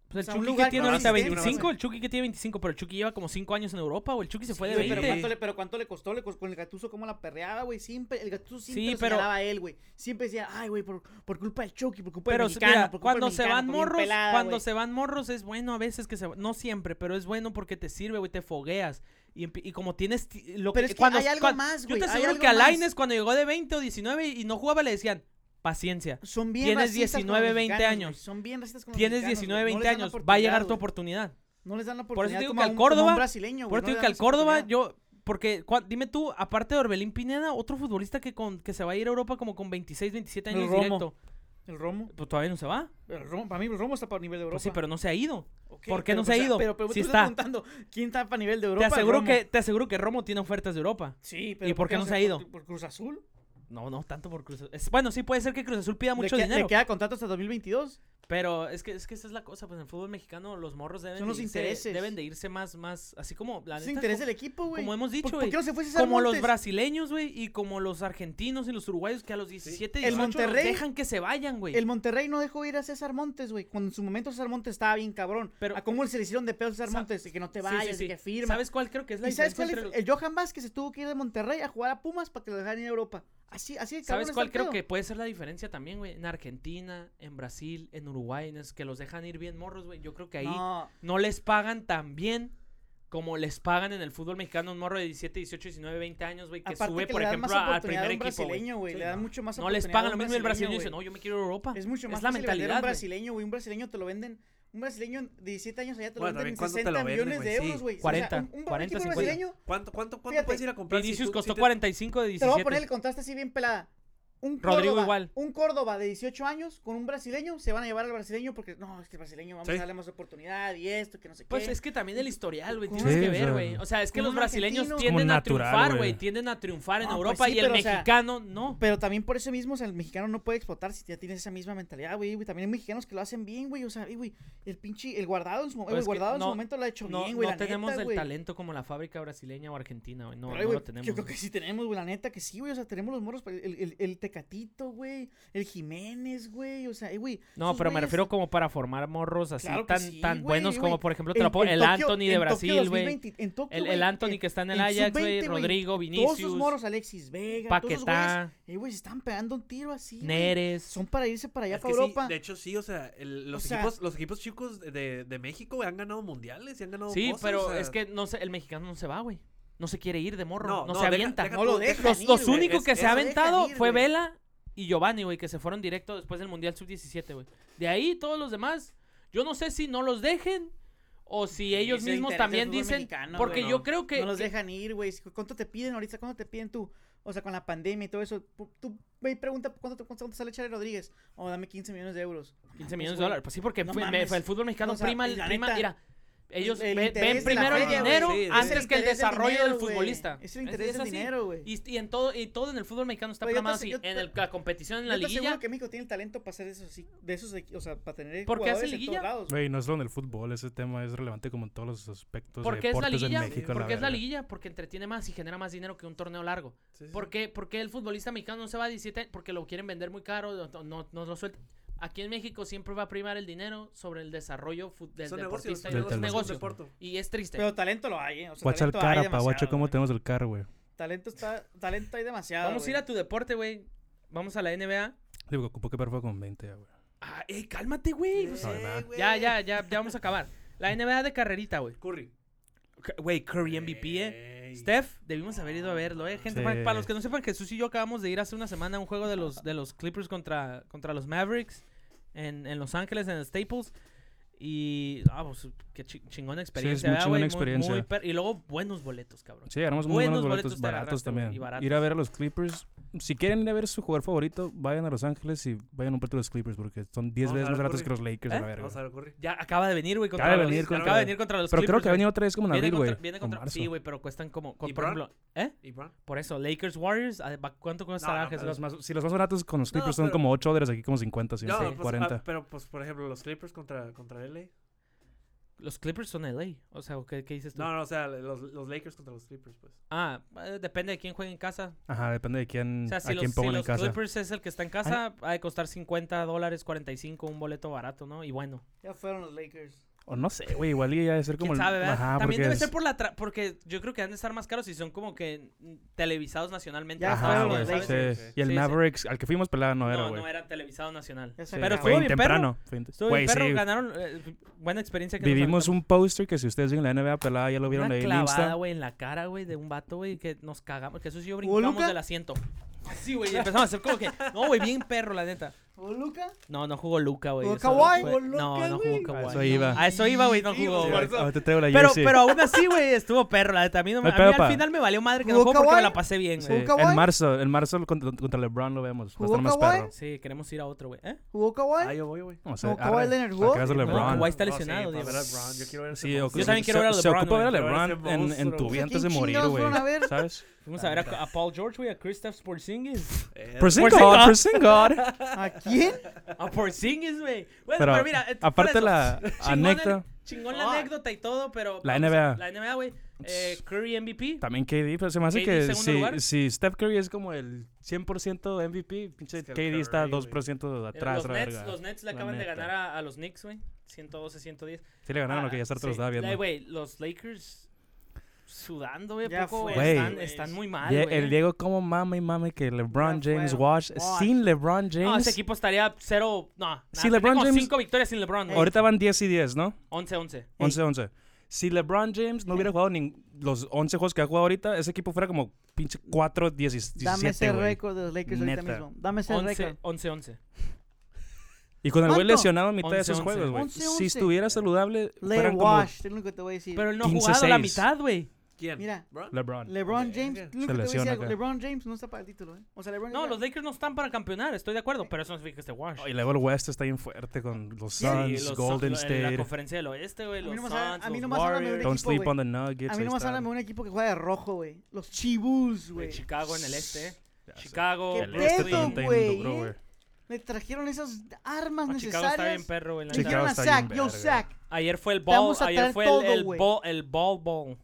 A: Pues
D: O sea,
A: el Chucky
D: un
A: que
D: lugar
A: tiene
B: con
A: ahorita
B: asistencia,
A: 25,
B: güey.
A: el Chucky que tiene 25, pero el Chucky lleva como 5 años en Europa, o el Chucky se fue de
D: Sí, güey,
A: 20.
D: Pero cuánto, le, pero cuánto le costó, le cos- con el gatuso cómo la perreaba, güey. Siempre, el gatuso siempre
A: Sí,
D: lo
A: pero-
D: señalaba a él, güey. Siempre decía, ay, güey, por, por culpa del Chucky, por culpa
A: Pero
D: del
A: se-
D: mexicano,
A: mira,
D: por culpa del
A: cuando se
D: mexicano,
A: van
D: por bien
A: morros,
D: pelada,
A: cuando
D: güey".
A: se van morros es bueno a veces que se va- no siempre, pero es bueno porque te sirve, güey, te fogueas. Y, empi- y como tienes ti- lo
D: Pero es que
A: cuando-
D: hay algo
A: cuan-
D: más,
A: Yo
D: güey,
A: te
D: hay
A: aseguro
D: algo
A: que a
D: más.
A: Laines cuando llegó de 20 o 19 y no jugaba le decían, "Paciencia.
D: Son bien
A: Tienes
D: racistas con los
A: 19, 20
D: mexicanos,
A: años.
D: güey, Son bien racistas con los
A: Tienes
D: mexicanos,
A: 19,
D: güey, no
A: 20
D: les dan la
A: años, va a llegar tu
D: oportunidad,
A: oportunidad."
D: güey, No les dan la
A: Por eso
D: oportunidad.
A: te digo
D: como
A: que
D: a
A: al
D: un- como a un
A: Córdoba-
D: brasileño,
A: Por eso
D: güey, no
A: te
D: le
A: digo
D: dan
A: que al
D: esa
A: Córdoba
D: oportunidad.
A: yo Porque, cua- dime tú, aparte de Orbelín Pineda, otro futbolista que, con, que se va a ir a Europa como con 26, 27
D: El
A: años
D: Romo.
A: directo.
D: El Romo.
A: Pues todavía no se va.
D: El Romo, para mí el Romo está para nivel de Europa.
A: Pues sí, pero no se ha ido.
D: Ok,
A: ¿por qué
D: pero,
A: no se ha
D: o sea,
A: ido?
D: Pero, pero
A: Sí
D: tú
A: está.
D: estás preguntando quién está para nivel de Europa.
A: te, aseguro
D: El
A: que,
D: Romo.
A: te aseguro que Romo tiene ofertas de Europa.
D: Sí,
A: ¿Y
D: pero
A: por qué no se ha ido?
D: Por, por Cruz Azul.
A: No, no tanto por Cruz Azul. Es- Bueno, sí puede ser que Cruz Azul pida
D: Le
A: mucho
D: queda-
A: dinero.
D: Le queda contrato hasta 2022.
A: Pero es que, es que esa es la cosa, pues en el fútbol mexicano los morros deben,
D: Son los
A: de, irse,
D: intereses.
A: deben de irse más, más, así como la
D: Se
A: neta,
D: interesa
A: como-
D: el equipo, güey.
A: como hemos dicho,
D: ¿Por, por
A: güey,
D: qué no se fue César
A: como los
D: Montes?
A: brasileños, güey, y como los argentinos y los uruguayos que a los 17,
D: El
A: 18
D: Monterrey-
A: dejan que se vayan, güey.
D: El Monterrey no dejó ir a César Montes, güey. Cuando en su momento César Montes estaba bien cabrón.
A: Pero-
D: ¿A cómo se le hicieron de pedo a César
A: Sa-
D: Montes? Y que no te
A: Sí,
D: vayas,
A: sí, sí.
D: y que firma.
A: ¿Sabes cuál creo que es la
D: ¿Y sabes
A: diferencia
D: cuál?
A: entre
D: es? El Johan Vázquez se tuvo que ir de Monterrey a jugar a Pumas para que lo dejaran ir a Europa. Así, así de cabrón
A: ¿Sabes
D: está
A: cuál
D: el
A: creo
D: pedo.
A: que puede ser la diferencia también, güey? En Argentina, en Brasil, en Uruguay, en es que los dejan ir bien morros, güey. Yo creo que ahí no.
D: No,
A: les pagan tan bien como les pagan en el fútbol mexicano un morro de 17, 18, 19, 20 años, güey, que
D: aparte
A: sube,
D: que
A: por
D: le dan
A: ejemplo,
D: más
A: a- al
D: oportunidad a
A: primer
D: un
A: equipo, güey.
D: brasileño, güey.
A: Sí,
D: le dan
A: no.
D: mucho más
A: No les
D: oportunidad a
A: pagan
D: un
A: lo mismo y el brasileño
D: güey.
A: dice, no, yo me quiero ir a Europa.
D: Es mucho más
A: la
D: fácil vender a
A: mentalidad,
D: un
A: güey.
D: brasileño, güey. Un brasileño te lo venden. Un brasileño en 17 años allá te lo
B: Bueno,
D: venden en
B: también, ¿cuánto te
D: 60
B: lo venden,
D: millones de
B: güey? Sí.
D: euros, güey.
A: 40,
D: un- un, equipo
A: 40, 50.
D: brasileño
B: ¿Cuánto, cuánto, cuánto
D: Fíjate,
B: puedes ir a comprar? si
A: Vinicius
B: tú-
A: costó
B: si te-
A: 45 de
D: Te
A: 17.
D: lo voy a poner el contraste así bien pelada. Un
A: Rodrigo
D: Córdoba,
A: igual.
D: Un Córdoba de 18 años con un brasileño se van a llevar al brasileño porque no, es que el brasileño vamos
B: Sí.
D: a darle más oportunidad y esto, que no sé
A: Pues
D: qué.
A: es que también el historial, güey,
D: Sí,
A: tienes que
C: o
A: ver,
C: sea,
A: güey. O sea, es que
D: como
A: los
D: un
A: brasileños
D: argentino.
A: tienden
C: Como
A: a
C: natural,
A: triunfar, güey,
C: güey.
A: tienden a triunfar en
D: Ah, pues
A: Europa
D: sí,
A: y el
D: pero, o sea,
A: mexicano no.
D: Pero también por eso mismo, o sea, el mexicano no puede explotar si ya tienes esa misma mentalidad, güey. güey. También hay mexicanos que lo hacen bien, güey. O sea, güey, el pinche, el guardado en su, mo-
A: Pero
D: el
A: es que
D: guardado en su
A: no-
D: momento lo ha hecho
A: No,
D: bien, güey.
A: no
D: la
A: tenemos
D: neta,
A: el
D: güey.
A: talento como la fábrica brasileña o argentina, güey. No,
D: Pero,
A: no
D: ay, güey,
A: lo tenemos.
D: Yo creo que
A: güey.
D: sí tenemos, güey, la neta que sí, güey. O sea, tenemos los morros, el, el, el Tecatito, güey, el Jiménez, güey. O sea, eh, güey.
A: No,
D: esos
A: pero me
D: güeyes-
A: refiero como para formar morros así
D: Claro que
A: tan,
D: sí,
A: tan
D: güey,
A: buenos como,
D: güey.
A: por ejemplo, te lo
D: En-
A: pongo-
D: en
A: el
D: Tokio-
A: Anthony de
D: en Tokio
A: Brasil, güey.
D: 2020, en Tokio,
A: El,
D: güey,
A: el Anthony
D: que-
A: que está en el
D: en
A: Ajax, güey.
D: sub-20, güey,
A: Rodrigo,
D: Todos esos
A: Vinicius,
D: moros, Alexis Vega, todos esos
A: Paquetá,
D: güeyes, eh, güey, se están pegando un tiro así. güey.
A: Neres.
D: Son para irse para allá,
B: Es que
D: para
B: sí,
D: Europa.
B: de hecho, sí, o sea, el- los,
D: O sea-
B: equipos, los equipos chicos de, de México güey, han ganado mundiales y han ganado
A: Sí,
B: cosas, o
A: pero
B: sea,
A: es que no sé, el mexicano no se va, güey. No se quiere ir de morro, no,
B: No, no,
A: se
B: deja-
A: avienta.
B: deja
D: no lo
B: tú-
D: dejan
A: Los,
D: ir,
A: los
D: güey.
A: únicos
B: Es-
A: que se
B: eso
A: ha
D: dejan
A: aventado
D: ir,
A: fue
D: güey.
A: Vela y Giovanni, güey, que se fueron directo después del Mundial Sub-17, güey. De ahí todos los demás, yo no sé si no los dejen o si ellos
D: es el
A: mismos
D: interés
A: también
D: del fútbol
A: dicen,
D: mexicano,
A: porque
D: güey,
A: yo
D: no.
A: creo que...
D: no los
A: que-
D: dejan ir, güey. ¿Cuánto te piden ahorita? ¿Cuánto te piden tú? O sea, con la pandemia y todo eso. pu- Tú, güey, pregunta cuánto te, cuánto te sale Charlie Rodríguez. O dame 15 millones de euros. No
A: 15
D: mames,
A: millones de
D: güey.
A: dólares. Pues sí, porque
D: No
A: fue- me-
D: mames.
A: fue el fútbol mexicano
D: O sea,
A: prima, el-
D: la
A: prima,
D: neta,
A: mira. Ellos
D: el
A: ve-
D: interés
A: ven
D: de la
A: primero el
B: feria, güey,
A: dinero
B: sí, sí.
A: antes
D: Es
A: que el
D: interés del
A: desarrollo
D: dinero,
A: del
D: güey.
A: futbolista.
D: Es el interés del
A: así.
D: dinero, güey.
A: Y, y en todo, y todo en el fútbol mexicano está
D: Oye, yo te
A: programado
D: así-
A: así.
D: yo te-
A: En el- la competición, en
D: Yo
A: la
D: te
A: liguilla.
D: aseguro que México tiene el talento para hacer eso, sí, de esos, equi- o sea, para tener
A: ¿Por qué hace
D: jugadores en
A: liguilla?
D: todos lados. güey.
C: Güey, no es solo en el fútbol, ese tema es relevante como en todos los
B: Pues,
C: aspectos de
A: Porque es la
C: deportes en
A: liguilla,
C: México.
A: porque es la
C: verga.
A: liguilla, porque entretiene más y genera más dinero que un torneo largo.
B: sí, sí,
A: ¿Por
B: sí.
A: qué, por qué el futbolista mexicano no se va a 17? años? Porque lo quieren vender muy caro, no, no, no lo sueltan. Aquí en México siempre va a primar el dinero sobre el desarrollo fu- del
B: Son negocios,
A: deportista
B: son
A: y los
C: del
B: negocios,
A: negocios.
B: son deporte.
A: Y es triste.
D: Pero talento lo hay, ¿eh? O sea,
C: Guacha el
D: talento hay
C: cara, pa, guacha
D: demasiado,
C: cómo
D: güey.
C: tenemos el carro, güey.
D: Talento está, talento hay demasiado.
A: Vamos a ir
D: güey.
A: a tu deporte, güey. Vamos a la NBA.
C: Digo, ocupo que perfo con 20, ya, güey.
A: Ah, ey, cálmate, güey.
C: Sí, ¿verdad?
B: güey. pues, eh.
A: Ya, ya, ya, ya vamos a acabar. La NBA de carrerita, güey.
B: Curry.
A: C- Güey, Curry MVP, eh.
B: Ey.
A: Steph, debimos haber ido a verlo, eh. Gente,
C: Sí.
A: para, para los que no sepan, Jesús y yo acabamos de ir hace una semana a un juego de los, de los Clippers contra, contra los Mavericks en, en Los Ángeles, en el Staples. Y, ah, pues, qué chi- chingona experiencia.
C: muy
A: ¿verdad,
C: chingona
A: güey?
C: experiencia.
A: muy per- y luego buenos boletos, cabrón.
C: Sí, ganamos muy
A: Buenos
C: buenos
A: boletos
C: boletos,
A: te
C: baratos
A: agarraste, güey,
C: también.
A: y baratos.
C: Ir a ver a los Clippers. Si quieren ir a ver su jugador favorito, vayan a Los Ángeles y vayan a un partido de los Clippers porque son 10
B: Vamos
C: veces
B: a ver
C: más baratos
B: Curry.
C: que los Lakers, a
A: ¿Eh?
C: la verga.
B: Vamos a ver, Curry.
A: Ya acaba de venir, güey, contra,
C: Acaba de
A: los-
C: venir
A: acaba
C: contra-
A: de venir contra los
C: Pero creo
A: Clippers,
C: que ha
A: güey.
C: venido otra vez como en
A: Viene
C: abril,
A: contra-
C: güey.
A: viene
C: o
A: contra-
C: marzo.
A: Sí, güey, pero cuestan como, co-
B: ¿Y
A: por
B: Bron?
A: ejemplo, ¿eh?
B: ¿Y Bron?
A: Por eso, Lakers Warriors, ¿a- va- ¿cuánto costará
B: no,
A: Jesús?
C: Los más- si los más baratos con los
B: No,
C: Clippers son
B: pero-
C: como 8 dólares, aquí como 50, sí,
B: No,
C: sí,
B: pues, ah,
C: 40.
B: pero pues, por ejemplo, los Clippers contra, contra LA.
A: Los Clippers son LA. O sea, ¿qué, qué dices tú?
B: No, no, o sea, los, los Lakers contra los Clippers, pues.
A: Ah, eh, depende de quién juegue en casa.
C: Ajá, depende de quién,
A: O sea,
C: Mm, a
A: si los,
C: quién
A: si
C: pongan en
A: los
C: casa.
A: Clippers es el que está en casa, ha de costar 50 dólares, 45, un boleto barato, ¿no? Y bueno,
D: Ya fueron los Lakers.
C: O no sé, güey, igual y ha de ser como
A: quién sabe, ¿verdad?
C: Ajá,
A: También
C: porque
A: debe
C: es-
A: ser por la... tra- porque yo creo que han de estar más caros y son como que mm, televisados nacionalmente.
D: Ya
A: ¿sabes?
C: Ajá,
D: fueron
C: güey,
D: los
A: ¿sabes?
D: Lakers,
C: sí.
B: sí.
C: Y el
A: Sí, sí.
C: Mavericks, al que fuimos pelada no era,
A: No,
C: güey.
A: no era televisado nacional.
D: Ya se
A: Pero
D: acabaron.
A: estuvo
C: fue
A: bien perro.
C: temprano. fue in-
A: Estuvo
C: Güey,
A: bien perro,
C: sí.
A: ganaron eh, buena experiencia que nos
C: Vivimos
A: aventamos.
C: un poster que si ustedes ven la NBA pelada ya lo vieron
A: Una
C: ahí en
A: clavada,
C: Insta.
A: güey, en la cara, güey, de un vato, güey, que nos cagamos. Jesús y yo
D: ¿Hubo
A: brincamos
D: Luca?
A: del asiento. Así, güey, y empezamos a hacer como que... No, güey, bien perro, la neta.
D: ¿O Luca?
A: No, no jugó Luca, güey.
D: ¿Jugó
A: Eso
D: Kawhi?
A: fue-
D: ¿Jugó Luca,
A: No, no jugó
D: güey?
A: Kawhi.
C: A eso iba.
A: A eso iba, güey, no
B: Sí,
A: jugó.
B: güey.
A: güey.
C: Ahorita traigo la
A: Pero,
C: jersey.
A: pero aún así, güey, estuvo perro. La neta, a mí, no, me-
C: No hay
A: a mí
C: pedo, pa.
A: al final me valió madre que no
D: ¿Jugó
A: jugó porque me
D: Kawhi?
A: la pasé bien,
C: Sí.
A: güey.
D: ¿Jugó Kawhi?
C: En marzo, en marzo contra, contra LeBron lo vemos. Va a
D: ¿Jugó
C: estar más
D: Kawhi?
C: perro.
A: Sí, queremos ir a otro, güey. ¿Eh?
D: ¿Jugó
B: Ah,
D: Kawhi?
B: yo voy, güey.
C: O sea,
D: No, Kawhi
C: arre,
D: Leonard
C: para
D: jugó.
C: que veas a
A: No,
C: LeBron.
A: Kawhi está
B: No, sí,
A: lesionado,
B: para
A: Diego.
B: ver a LeBron. Yo quiero ver ese
C: Sí, o-
B: monstruo.
A: Yo también quiero ver a
C: se- Se
A: LeBron,
C: ocupa ver a
A: güey.
B: Quiero ver a
C: LeBron
B: ese
C: en, en tu
B: monstruo.
C: vida antes de
D: ¿Quién
C: morir,
D: chingados
C: güey.
D: fueron a ver?
C: ¿Sabes?
A: Fuimos a ver a, a Paul George, güey, a Kristaps Porzingis.
B: Eh,
C: Porzingis,
A: Porzingis.
C: Porzingis.
D: ¿A
C: <laughs>
D: quién?
A: A Porzingis, güey. Bueno,
C: Pero,
A: pero, mira, eh,
C: aparte
A: por eso,
C: la
A: chingón
C: anécdota-
A: el- <laughs> Chingón la
B: Ah.
A: anécdota y todo, pero.
C: La
A: vamos a-
C: NBA.
A: La NBA, güey. Eh, Curry MVP.
C: También KD, pero se me hace
A: KD
C: que
A: segundo lugar.
C: si, si Steph Curry es como el 100% MVP, pinche
B: Steph
C: KD está
B: Curry, güey.
C: 2%
A: Eh,
C: atrás,
A: los,
C: la
A: Nets,
C: verga.
A: los Nets le
C: La
A: acaban de
C: neta.
A: ganar a, a los Knicks, güey. 112, 110.
C: Sí le ganaron lo que ya se
A: se
C: te lo estaba viendo.
A: Güey, los Lakers sudando, güey.
D: Ya
A: poco
D: fue,
A: Están,
D: güey.
A: están muy mal,
C: Die-
A: güey.
C: el Diego como mame y mame que LeBron
D: Ya
C: James
D: fueron.
C: Wash,
D: Wash.
C: sin LeBron James.
A: No, ese equipo estaría cero. No, nada,
C: Si
A: tiene
C: LeBron
A: como
C: James-
A: cinco victorias sin LeBron. eh, güey.
C: Ahorita van 10 y 10, ¿no?
A: 11-11.
C: 11-11. Si LeBron James no hubiera jugado nin- los 11 juegos que ha jugado ahorita, ese equipo fuera como pinche 4-17.
D: Dame ese
C: güey.
D: récord de los Lakers ahorita
C: Neta.
D: mismo. Dame ese récord.
A: 11-11.
C: Y con el güey
D: ¿Cuánto?
C: lesionado en mitad de
A: 11,
C: esos
A: 11.
C: juegos, güey.
D: 11,
C: Si
D: 11.
C: estuviera saludable,
D: Larry
C: fueran como
D: Wash, es lo único que te voy a decir.
A: Pero él no ha
C: 15-6.
A: jugado la mitad, güey.
B: ¿Quién?
D: Mira.
B: ¿Bron?
C: LeBron.
D: LeBron
B: Verga.
D: James,
B: Se
D: lo único que te voy a decir
C: lesiona
D: algo,
C: acá.
D: LeBron James no está para el título, ¿eh? O sea, LeBron
A: No,
D: James-
A: los Lakers no están para campeonar, estoy de acuerdo, pero eso no significa que esté Wash.
C: Oh, y luego el West está bien fuerte con los
D: Sí,
C: Suns,
A: los-
C: Golden
A: lo- en La
C: State.
A: conferencia del oeste, güey,
D: A
A: los
D: mí no me
A: Suns,
D: sale- a mí
A: los
D: no me sale hablar de
A: Warriors,
C: Don't
D: equipo,
C: sleep
D: güey.
C: on the Nuggets.
D: A mí
C: ahí
D: no me
C: están.
D: sale un equipo que juega de rojo, güey. Los Chibus,
A: güey,
D: güey.
A: Chicago en el este. eh.
C: Ya sé.
A: Chicago,
D: ¿Qué
C: El
A: Brooklyn.
C: este
D: pedo,
C: también está bien
D: güey,
C: duro,
D: eh? Le trajeron esas armas
A: No, Ah, Chicago
D: necesarias.
A: está bien perro, güey. la
D: Le
A: neta.
D: dijeron
C: Chicago
D: a
C: está bien
D: Zach, yo
C: verga.
D: Zach.
A: Ayer fue el ball,
D: vamos a
A: ayer
D: traer
A: fue el, el
D: todo, güey.
A: ball, el ball ball.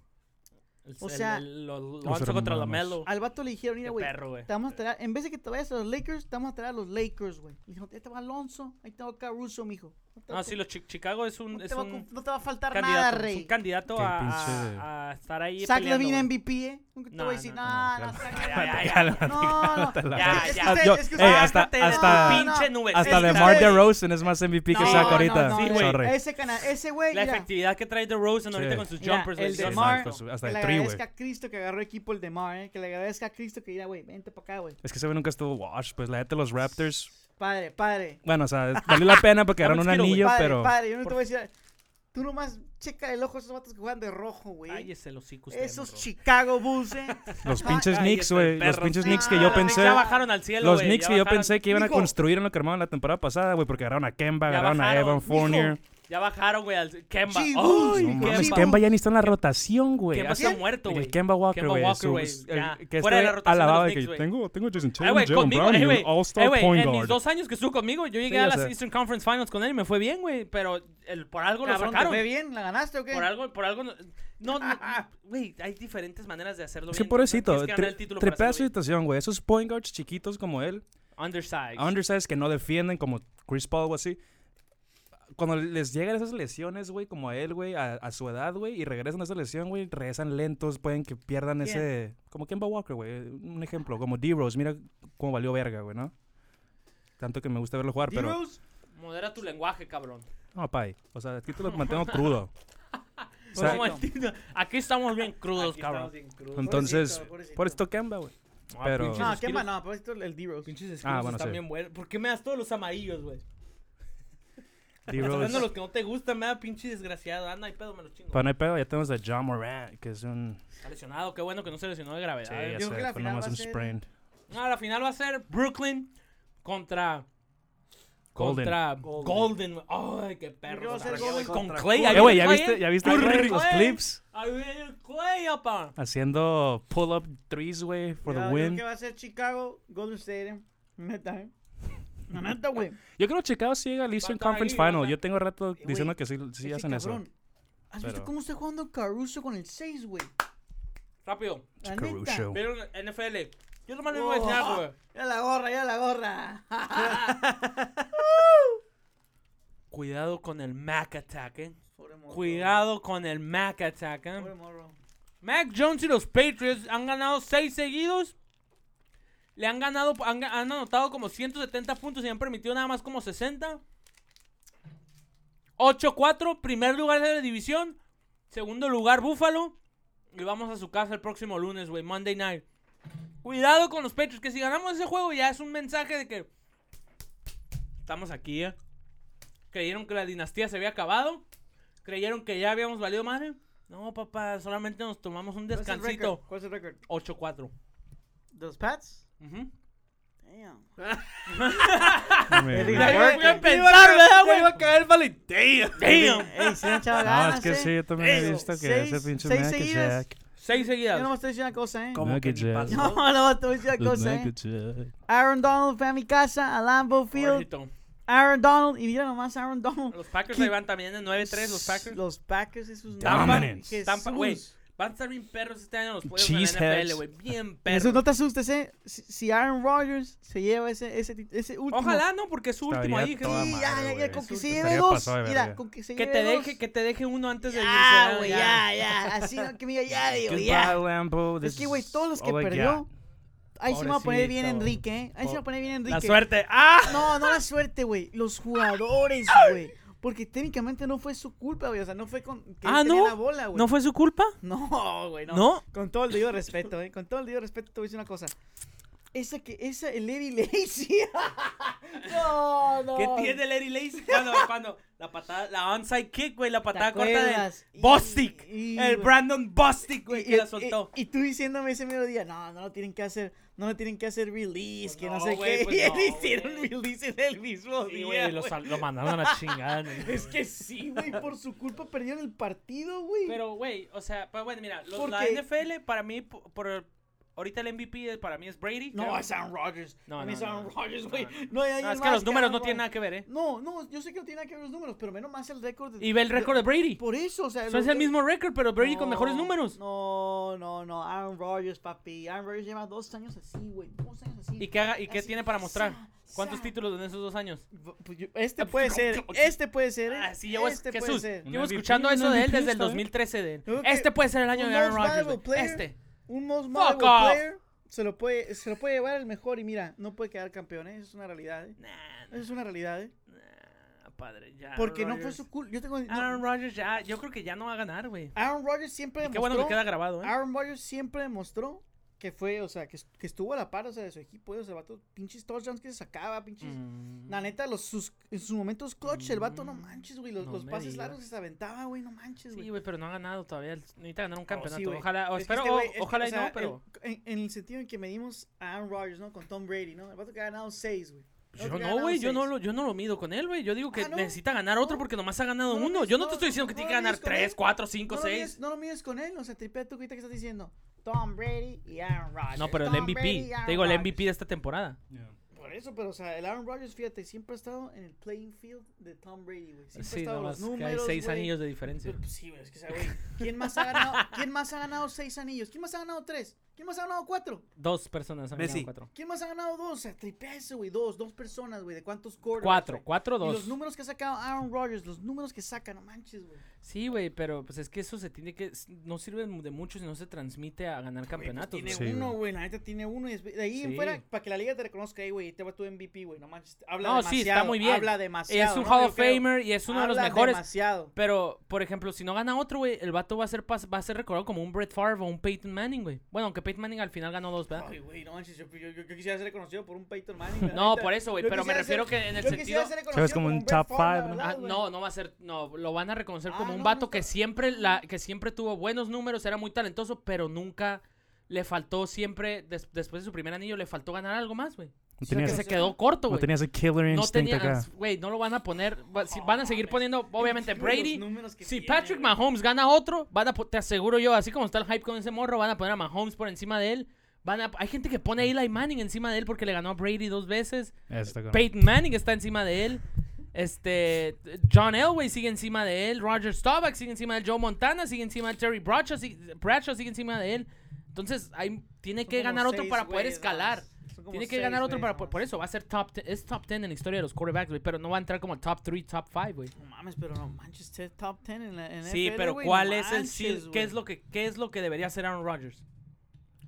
A: El-
D: O
A: el-
D: sea-
A: el- lo- lo-
C: Los
A: Lonzo contra
C: hermanos.
A: la Melo.
D: Al vato le dijeron, mira,
A: Qué
D: güey,
A: perro, güey.
D: te vamos a traer, en vez de que te vayas a los Lakers, te vamos a traer a los Lakers, güey. Le dijeron, ahí te va Alonso, ahí te va Caruso, mijo. No te va
A: No,
D: a
A: Ah, sí,
D: com-
A: los Chi- Chicago es un,
D: no
A: es
D: te va a
A: un
D: com- no te va a faltar nada,
A: candidato, es un
D: rey.
A: candidato
C: Qué
A: a,
C: pinche de-
A: a- a estar ahí
D: Zach
A: peleando,
D: Levine
A: güey.
D: MVP, ¿eh? Nunca te
A: No,
D: voy a decir,
A: no,
D: no, no,
A: Ya, ya,
C: <laughs>
D: Zach,
A: ya.
D: no,
A: <laughs>
D: no, no.
C: Cálmate la
A: Ya,
C: verga.
A: ya.
D: Es que ustedes-
C: Yo-
D: es que
C: ey,
D: ustedes-
C: hasta,
A: Bájate de
D: No,
A: tu
C: hasta,
D: no,
A: pinche nube.
C: hasta
A: Pues Es que
C: DeMar
A: ustedes-
C: DeRozan es más MVP que
D: No,
C: Zach
D: no,
C: ahorita.
D: no,
A: Sí,
D: no,
A: güey.
D: no.
C: Sorry.
D: Ese cana, ese güey,
A: La
D: mira,
A: efectividad que trae DeRozan ahorita
C: Sí.
A: con sus
D: Mira,
A: jumpers,
D: el
A: güey.
C: Sí,
D: de
A: son-
D: Mar-
C: no, pues,
D: que
C: hasta
D: le
C: de three, güey.
D: agradezca a Cristo que agarró equipo el de Mar, ¿eh? Que le agradezca a Cristo que irá, güey, vente para acá, güey.
C: Es que ese güey nunca estuvo wash, pues la gente de los Raptors.
D: Padre, padre.
C: Bueno, o sea, valió la pena porque
A: Dame
C: ganaron un
A: un tiro, güey.
C: anillo,
D: padre,
C: pero
D: padre, yo no te voy a decir. Tú nomás checa el ojo a esos vatos que juegan de rojo, güey.
A: Cállese el hocico usted,
D: Esos
A: morro.
D: Chicago Bulls,
A: <laughs>
D: eh.
C: los
D: Ah,
C: pinches
A: ahí
C: Knicks,
A: está el
C: güey, los
A: perro.
C: pinches
D: Ah,
C: Knicks que yo
D: los
C: pensé,
D: Knicks
A: Ya bajaron al cielo,
C: los
A: güey,
C: Knicks
A: ya
C: que yo
A: bajaron-
C: pensé que iban a
D: Mijo.
C: construir en lo que armaron la temporada pasada, güey, porque agarraron a Kemba,
A: Ya
C: agarraron a
A: bajaron,
C: Evan
A: mijo.
C: Fournier.
A: Ya bajaron, güey, al Kemba. ¡Ay,
D: Sí, güey,
C: No mames,
D: Kemba.
C: Kemba ya ni está en la rotación, güey.
A: Kemba
C: Hace-
A: está muerto,
C: el
A: güey.
C: Kemba Walker,
A: Kemba
C: güey.
A: Walker,
C: su-
A: güey,
C: el-
A: ya.
C: que este
A: Fuera de la
C: güey
A: rotación de
C: alababa
A: los
C: de que
A: Knicks, güey.
C: tengo, tengo Jason
A: Ay,
C: Tatum,
A: güey,
C: Jalen
A: conmigo,
C: Brown
A: eh,
C: y un
A: güey.
C: All-Star
A: Eh, güey,
C: point
A: en mis
C: guard.
A: dos años que estuvo conmigo, yo llegué
C: Sí,
A: a
C: o
A: las
C: sea.
A: Eastern Conference Finals con él y me fue bien, güey. Pero el, por algo
D: Cabrón,
A: lo
D: ¿te
A: sacaron.
D: fue bien? ¿La ganaste o qué?
A: Por algo, por algo. no- No,
D: <laughs>
A: no, güey, hay diferentes maneras de hacerlo
C: Es que
A: bien.
C: pobrecito,
A: Tienes que ganar el
C: tri-
A: título para
C: tripea su
A: hacerlo
C: situación, güey. Esos point guards chiquitos como él,
A: bien. Undersized.
C: undersized que no defienden como Chris Paul o así. Cuando les llegan esas lesiones, güey, como a él, güey, a, a su edad, güey, y regresan a esa lesión, güey, regresan lentos, pueden que pierdan
D: ¿Quién?
C: ese... Como Kemba Walker, güey, un ejemplo, como D-Rose, mira cómo valió verga, güey, ¿no? Tanto que me gusta verlo jugar, pero...
D: D-Rose,
A: Modera tu lenguaje, cabrón.
C: No, pay, o sea, aquí te lo mantengo crudo. O sea,
A: No, entiendo. Aquí estamos bien crudos,
B: Aquí
A: cabrón.
B: estamos bien crudos.
C: entonces,
D: pobrecito, pobrecito.
C: por esto Kemba, güey. Pero-
A: Ah, pinches
D: No,
A: esquilos-
D: Kemba no, por esto el D-Rose.
A: Pinches esquilos
C: Ah, bueno,
A: están
C: sí.
A: bien buenos. ¿Por qué me das todos los amarillos, güey? Estás hablando de
C: D-Rose...
A: los que no te gustan, me da pinche desgraciado. Anda, hay pedo, me los chingo.
C: Para no hay pedo, ya tenemos a John Morant, que es un...
A: Está lesionado, qué bueno que no se lesionó de gravedad.
C: Sí,
A: ¿eh?
C: ya
D: creo que la
C: sé, fue
D: final
C: nomás
D: va a
C: un
D: ser-
C: sprain.
A: No, la final va a ser Brooklyn contra.
C: Golden.
A: Contra
B: Golden.
A: Golden. güey. Ay, qué
D: ¿Qué va
A: perro.
D: a ser
A: Contra-
D: Golden?
A: Con
B: Contra
A: Clay.
C: Eh,
A: ahí
C: güey,
A: viene
C: ¿ya
A: Clay,
C: viste,
A: eh.
C: ya viste
A: Ahí viene
C: los
A: Clay.
C: clips?
A: Ahí viene el Clay, apa.
C: haciendo pull-up threes, güey, for
D: Ya,
C: the
D: Creo
C: win.
D: que va a ser Chicago, Golden State, eh. neta, eh. La neta, güey.
C: Yo creo que Chicago sí llega al Eastern
A: estar ahí,
C: Conference
A: va a
C: Final.
A: estar-
C: Yo tengo rato
D: Eh,
C: diciendo
D: güey,
C: que sí, sí
D: Ese
C: hacen eso.
D: cabrón. ¿Has visto
C: Pero-
D: cómo está jugando Caruso con el 6, güey?
A: Rápido.
D: La neta.
C: Caruso.
A: Vieron NFL. Yo nomás les voy a decir algo, güey.
D: Ya la gorra, ya la gorra.
A: Cuidado con el Mac Attack, eh.
D: <laughs> Pobre morro.
A: Cuidado con el Mac Attack, eh.
D: Pobre morro.
A: Mac Jones y los Patriots han ganado seis seguidos. Le han ganado, han, ga- han anotado como 170 puntos y han permitido nada más como 60. 8-4, primer lugar de la división. Segundo lugar, Buffalo. Y vamos a su casa el próximo lunes, güey, Monday night. Cuidado con los Patriots, que si ganamos ese juego ya es un mensaje de que estamos aquí. ¿eh? Creyeron que la dinastía se había acabado. Creyeron que ya habíamos valido madre. No, papá, solamente nos tomamos un
D: ¿Cuál es el récord?
A: descansito.
D: ¿Cuál es el récord?
A: 8-4.
D: ¿De los Pats?
A: Ujú.
D: Damn.
C: Me-
D: Eric
C: me-
A: Ya
D: Recuerda
A: iba-
D: que-
A: iba a pensar, ¿verdad, güey?
B: a caer el Valentín.
A: Damn.
D: Ey, sí, me echaba
C: <laughs> No,
D: ganas,
C: es que
D: eh.
C: sí, yo también he
D: Ey,
C: visto que
D: seis-
C: ese pinche
D: seis
C: Mac y
D: seguidas.
C: Jack.
A: Seis
D: Yo
A: seguidas.
D: no me estoy diciendo una cosa, ¿eh?
B: Como
C: No,
B: que
C: que
B: ni
C: ya.
D: <laughs>
B: pasó.
D: No, no, te voy a decir una
C: Los
D: cosa,
C: Mac y
D: ¿eh?
C: Jack.
D: Aaron Donald fue a mi casa, a Lambeau Field.
A: Pobrecito.
D: Aaron Donald, y mira nomás Aaron Donald.
A: Los Packers ahí van también de 9-3, los Packers.
D: Los Packers, esos
C: Dominance.
D: Jesús.
A: Tampa, güey. Van a estar bien perros este año los pollos en la
C: Cheeseheads.
A: NFL, güey.
D: <laughs>
A: Bien
D: Jesús,
A: perros.
D: no te asustes, ¿eh? Si, si Aaron Rodgers se lleva ese, ese, tit- ese último.
A: Ojalá no, porque es su último
C: Estaría
A: ahí. Jesús.
C: toda
D: Sí,
C: madre,
D: ya, ya, ya,
C: güey.
D: con que
C: Eso
D: se lleve
C: estaría
D: dos.
C: pasado de
D: Mira,
C: verga.
D: con que se
A: Que
D: lleve
A: te
D: dos.
A: deje, que te deje uno antes de
D: Ya,
A: irse,
D: güey,
A: ya.
D: ya, ya. Así no, que me diga, ya, digo,
C: Goodbye,
D: ya.
C: Lambo,
D: Es
C: this
D: que, güey,
C: is
D: todos los que
C: all I
D: perdió.
C: got.
D: Ahí sí me va a poner bien
A: Pobrecito.
D: Enrique, ¿eh? Ahí sí me va a poner bien Enrique.
A: La suerte. ¡Ah!
D: No, no la suerte, güey. Los jugadores, güey. Porque técnicamente no fue su culpa, güey. O sea, no fue con. Que
A: Ah,
D: él tenía
A: ¿no?
D: La bola, güey.
A: ¿No fue su culpa?
D: No, güey, no.
A: ¿No?
D: Con todo el debido respeto, eh. Con todo el debido respeto, te voy a decir una cosa. Esa que. Esa, el Eddie Lacy. <laughs> no, no.
A: ¿Qué tiene Larry Lace? Cuando, cuando la patada, la onside kick, güey, la
D: ¿Te
A: patada corta de
D: acuerdas? Y-
A: Bostic.
D: y-
A: El Brandon Bostic, güey,
D: y-
A: que la
D: y-
A: soltó.
D: Y, tú diciéndome ese mismo día, no, no lo tienen que hacer, no lo tienen que hacer release,
A: Pues
D: que no,
A: no,
D: sé
A: güey,
D: qué.
A: pues
D: <laughs> y él
A: no,
D: hicieron
A: güey.
D: release en el mismo
A: Sí,
D: día.
A: güey, lo,
D: güey.
A: sal- lo mandaron a la chingada. güey.
D: Es que sí, güey, por su culpa perdieron el partido, güey.
A: Pero, güey, o sea, pues bueno, mira, los- la
D: Porque-
A: NFL para mí, po- por, ahorita el MVP para mí es Brady.
D: No,
A: creo.
D: es Aaron Rodgers.
A: No,
D: a
A: no,
D: mí es
A: no,
D: Aaron
A: no.
D: Rodgers,
A: No,
D: güey.
A: no, no.
D: No, hay
A: No,
D: alguien
A: es que
D: más
A: los números
D: Aaron
A: no tienen
D: Rodgers.
A: nada que ver, ¿eh?
D: No, no, yo sé que no tiene nada que ver los números, pero menos más el récord. de-
A: Y ve el récord de Brady.
D: Por eso, o sea.
A: Eso es
D: lo-
A: el mismo récord, pero Brady con
D: No,
A: mejores números.
D: No, no, no. Aaron Rodgers, papi. Aaron Rodgers lleva dos años así, güey. Dos años así.
A: ¿Y qué, haga- y qué
D: Así,
A: tiene para mostrar?
D: sa,
A: ¿Cuántos
D: sa.
A: títulos en esos dos años?
D: Pues yo- Este puede ser, este puede ser. ¿eh?
A: Ah, sí, llevo,
D: este puede
A: Jesús,
D: ser.
C: Un
A: llevo
C: MVP,
A: escuchando
C: un
A: eso de él
C: MVP,
A: desde el
C: está bien.
A: 2013. De él.
D: Creo que
A: Este puede ser el año
D: un
A: de Aaron
D: most
A: Rodgers.
D: valuable
A: güey.
D: player.
A: Este.
D: Un most
A: Fuck
D: valuable
A: off.
D: player se lo puede, se lo puede llevar el mejor y mira, no puede quedar campeón, ¿eh? Eso es una realidad, ¿eh?
A: Nah,
D: Eso es una realidad, ¿eh?
A: nah, padre, ya.
D: Porque
A: Aaron
D: no fue
A: Rodgers.
D: su culpa. Yo tengo no,
A: Aaron Rodgers ya, yo creo que ya no va a ganar, güey.
D: Aaron Rodgers siempre
A: Y qué
D: demostró
A: bueno que queda grabado, ¿eh?
D: Aaron Rodgers siempre demostró que fue, o sea, que, que estuvo a la par, o sea, de su equipo, eh, o sea, el vato, pinches touchdowns que se sacaba, pinches.
A: Mm.
D: La neta, los, sus, en sus momentos clutch, el vato, no
A: Mm,
D: manches, güey, los,
A: no
D: los
A: me
D: pases
A: digas.
D: largos que se aventaba, güey, no manches, güey.
A: Sí, güey, pero no ha ganado todavía. Necesita ganar un
D: Oh, sí,
A: campeonato.
D: güey.
A: ojalá, o
D: Es que
A: espero,
D: este
A: o-
D: güey- es que,
A: ojalá
D: o
A: y
D: sea,
A: no, pero.
D: el- en, en el sentido en que medimos a Aaron Rodgers, ¿no? Con Tom Brady, ¿no? El vato que ha ganado seis, güey. El vato
A: Pues Yo
D: que ha
A: no,
D: ganado
A: güey, yo no,
D: seis.
A: lo, yo no lo mido con él, güey. Yo digo que
D: Ah, ¿no?
A: necesita ganar otro
D: No.
A: porque nomás ha ganado
D: No lo
A: uno.
D: mides-
A: Yo no
D: no,
A: te estoy diciendo que
D: no
A: tiene
D: lo
A: que ganar
D: mides con
A: 3,
D: él.
A: 4, 5,
D: no, lo mides-
A: 6.
D: no lo mides con él, o sea, tripea tú ahorita que estás diciendo Tom Brady y Aaron Rodgers.
A: Ah, No, pero el
D: Tom Brady ah, y
A: MVP.
D: Aaron
A: Te digo, el
D: Rodgers.
A: MVP de esta temporada.
D: Por eso, pero, o sea, el Aaron Rodgers, fíjate, siempre ha estado en el playing field de Tom Brady, güey. Siempre ha
A: Sí,
D: estado en
A: nomás
D: pues los
A: que
D: números.
A: hay 6
D: güey.
A: anillos de diferencia.
D: Pero, pues, sí, güey, es que, o sea, güey, ¿quién más, ha ganado, ¿quién más ha ganado seis anillos? ¿Quién más ha ganado tres? ¿Quién más ha ganado cuatro?
A: Dos personas han
B: Messi.
A: ganado cuatro.
D: ¿Quién más ha ganado dos? O sea, tripea eso, güey. Dos, dos personas, güey. ¿De cuántos quarterbacks?
A: Cuatro,
D: güey?
A: cuatro,
D: Y
A: dos.
D: los números que ha sacado Aaron Rodgers, los números que saca, no manches, güey.
A: Sí, güey, pero pues es que eso se tiene que. s- No sirve de mucho si no se transmite a ganar campeonatos.
D: pues Tiene
A: güey.
C: Sí,
D: uno,
C: güey.
D: güey. La neta tiene uno. Y después- de ahí en
A: Sí.
D: fuera, para que la liga te reconozca, ahí, güey, te va tu MVP, güey. No manches. Habla
A: No,
D: demasiado.
A: sí, está muy bien.
D: Habla
A: Y
D: demasiado.
A: es un
D: ¿no?
A: Hall
D: Yo
A: of
D: creo.
A: Famer y es uno de los
D: Habla
A: mejores.
D: demasiado.
A: Pero, por ejemplo, si no gana otro, güey, el vato va a ser, pas- va a ser recordado como un Brett Favre o un Peyton Manning, güey. Bueno, aunque Peyton Manning al final ganó dos, ¿verdad?
D: Ay, güey, no manches. Yo, yo- yo- yo quisiera ser reconocido por un Peyton Manning. la
A: No,
D: neta.
A: por eso, güey,
D: Yo
A: pero me
D: quisiera
A: refiero
D: ser-
A: que en el
D: yo
A: sentido...
D: quisiera ser
C: es
D: reconocido
C: como un
D: Brett
C: top
D: Favre, la
C: five, ¿no?
D: verdad,
A: Ah,
D: güey.
A: no, no va a ser, no, lo van a reconocer
D: Ah,
A: como un
D: no,
A: vato
D: no
A: que
D: está-
A: siempre, la, que siempre tuvo buenos números, era muy talentoso, pero nunca le faltó siempre, des- después de su primer anillo, le faltó ganar algo más, güey.
C: No
A: Que
C: tenías-
A: se quedó corto,
C: no
A: güey.
C: tenía ese killer
A: No
C: instinct
A: tenía,
C: acá.
A: güey, no lo van a poner, va- si- van a seguir poniendo, obviamente,
D: Ah, Los
A: Brady,
D: números que
A: Si
D: tiene,
A: Patrick
D: güey.
A: Mahomes gana otro, van a, po- te aseguro yo, así como está el hype con ese morro, van a poner a Mahomes por encima de él. Van a, hay gente que pone a Eli Manning encima de él porque le ganó a Brady dos veces.
C: Eso está cabrón.
A: Peyton Manning está encima de él. Este, John Elway sigue encima de él. Roger Staubach sigue encima de él. Joe Montana sigue encima de él. Terry Bradshaw, si- Bradshaw sigue encima de él. Entonces, hay, tiene
D: Son
A: que
D: como
A: ganar otro
D: seis
A: para poder
D: güeyes,
A: escalar.
D: nomás. Son como
A: Tiene que
D: seis
A: ganar otro
D: güeyes,
A: para... Por,
D: nomás.
A: por eso va a ser top 10. Es top 10 en la historia de los quarterbacks, güey. Pero no va a entrar como top 3, top 5, güey.
D: No mames, pero no manches, te- top 10 en la en
A: Sí,
D: NFL,
A: pero
D: güey,
A: ¿cuál
D: no
A: es el
D: manches,
A: shield? ¿Qué
D: güey.
A: es lo que qué es lo que debería hacer Aaron Rodgers?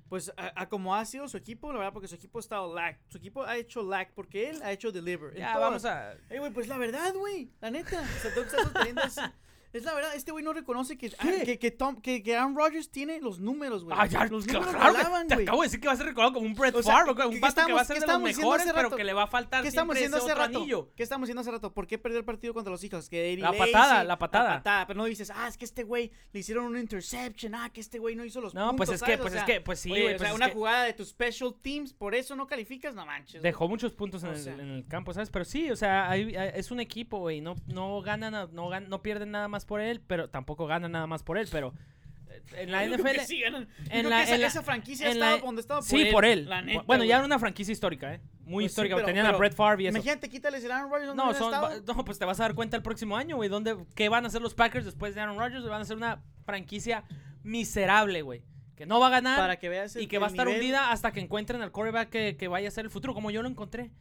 D: Pues a, a como ha sido su equipo, la verdad, porque su equipo ha estado lag. Su equipo ha hecho lag porque él ha hecho deliver. en todas.
A: a <laughs>
D: Ey, güey, pues la verdad, güey. La neta. O sea, tú que estás sosteniendo ese- Es la verdad, este güey no reconoce que, ah, que, que, Tom, que, que Aaron Rodgers tiene los números, güey.
A: Ah, ya,
D: los números
A: claro, güey,
D: hablaban,
A: Te
D: güey.
A: acabo de decir que va a ser recordado como un Brett
D: O sea,
A: Favre, güey,
D: ¿qué
A: un vato que va a ser
D: estábamos- qué
A: de los
D: estábamos diciendo
A: mejores,
D: hace
A: pero
D: rato?
A: que le va a faltar
D: ¿Qué estamos
A: siempre ese
D: haciendo hace
A: otro
D: rato?
A: anillo.
D: ¿Qué estamos haciendo hace rato? ¿Por qué perder el partido contra los hijos? Que Eddie
A: La
D: Lacy,
A: patada, la patada.
D: Pero no dices, ah, es que este güey le hicieron una interception, ah, que este güey no hizo los
A: No,
D: puntos.
A: pues es
D: ¿sabes?
A: que,
D: O
A: pues es
D: sea,
A: que, pues sí,
D: oye,
A: güey,
D: o
A: pues
D: sea,
A: es
D: una
A: que
D: jugada de tus special teams, por eso no calificas, no manches. güey. <laughs>
A: Dejó muchos puntos en,
D: O
A: el,
D: sea.
A: en el campo, ¿sabes? Pero sí, o sea, hay- hay- es un equipo, güey. No, no ganan, a- no, gan- no pierden nada más por él, pero tampoco ganan nada más por él. Pero eh, en la
D: Yo creo que
A: NFL,
D: sí ganan. Yo
A: en
D: creo
A: la-
D: que esa,
A: en la-
D: esa franquicia ha
A: en la-
D: estado donde estaba por
A: sí,
D: él.
A: por él.
D: la neta,
A: bueno, ya
D: güey.
A: era una franquicia histórica, ¿eh? Muy
D: Pues sí,
A: histórica.
D: pero-
A: Tenían a
D: pero
A: Brett Favre y eso.
D: Imagínate, quítales el Aaron Rodgers. ¿dónde
A: No,
D: hubiera
A: son,
D: estado?
A: va- no, pues te vas a dar cuenta el próximo año, güey. ¿Dónde, ¿Qué van a hacer los Packers después de Aaron Rodgers? Van a ser una franquicia miserable, güey. Que no va a ganar
D: Para que veas el-
A: y que va a
D: el
A: estar
D: nivel.
A: hundida hasta que encuentren al coreback que, que vaya a ser el futuro, como yo lo encontré.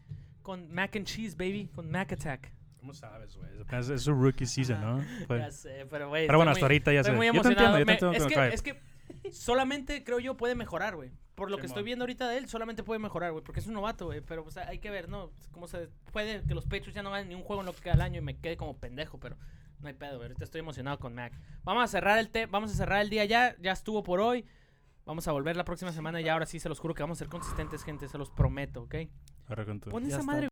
A: Con Mac and Cheese, baby. Con Mac Attack.
C: ¿Cómo sabes, güey? Es, es su rookie season, ¿no? Fue-
A: Ya sé, pero güey. estoy
C: Pues, Pero bueno,
A: muy-
C: hasta ahorita ya
A: estoy
C: sé.
A: muy
C: Yo te
A: emocionado.
C: entiendo, yo te
A: Me-
C: entiendo
A: es,
C: tu
A: que,
C: vibe.
A: es que solamente creo yo puede mejorar, güey. Por lo que estoy
C: Simón.
A: viendo ahorita de él, solamente puede mejorar, güey. Porque es un novato, güey. Pero pues, hay que ver, ¿no? Cómo se puede que los pechos ya no ganen ni un juego en lo que queda el año y me quede como pendejo, pero no hay pedo, güey. Ahorita estoy emocionado con Mac. Vamos a cerrar el te vamos a cerrar el día ya. Ya estuvo por hoy. Vamos a volver la próxima semana y ahora sí se los juro que vamos a ser consistentes, gente. Se los prometo, ¿ok?
C: Ahora con tu-
A: Pon
B: Ya
A: esa
B: está.
A: madre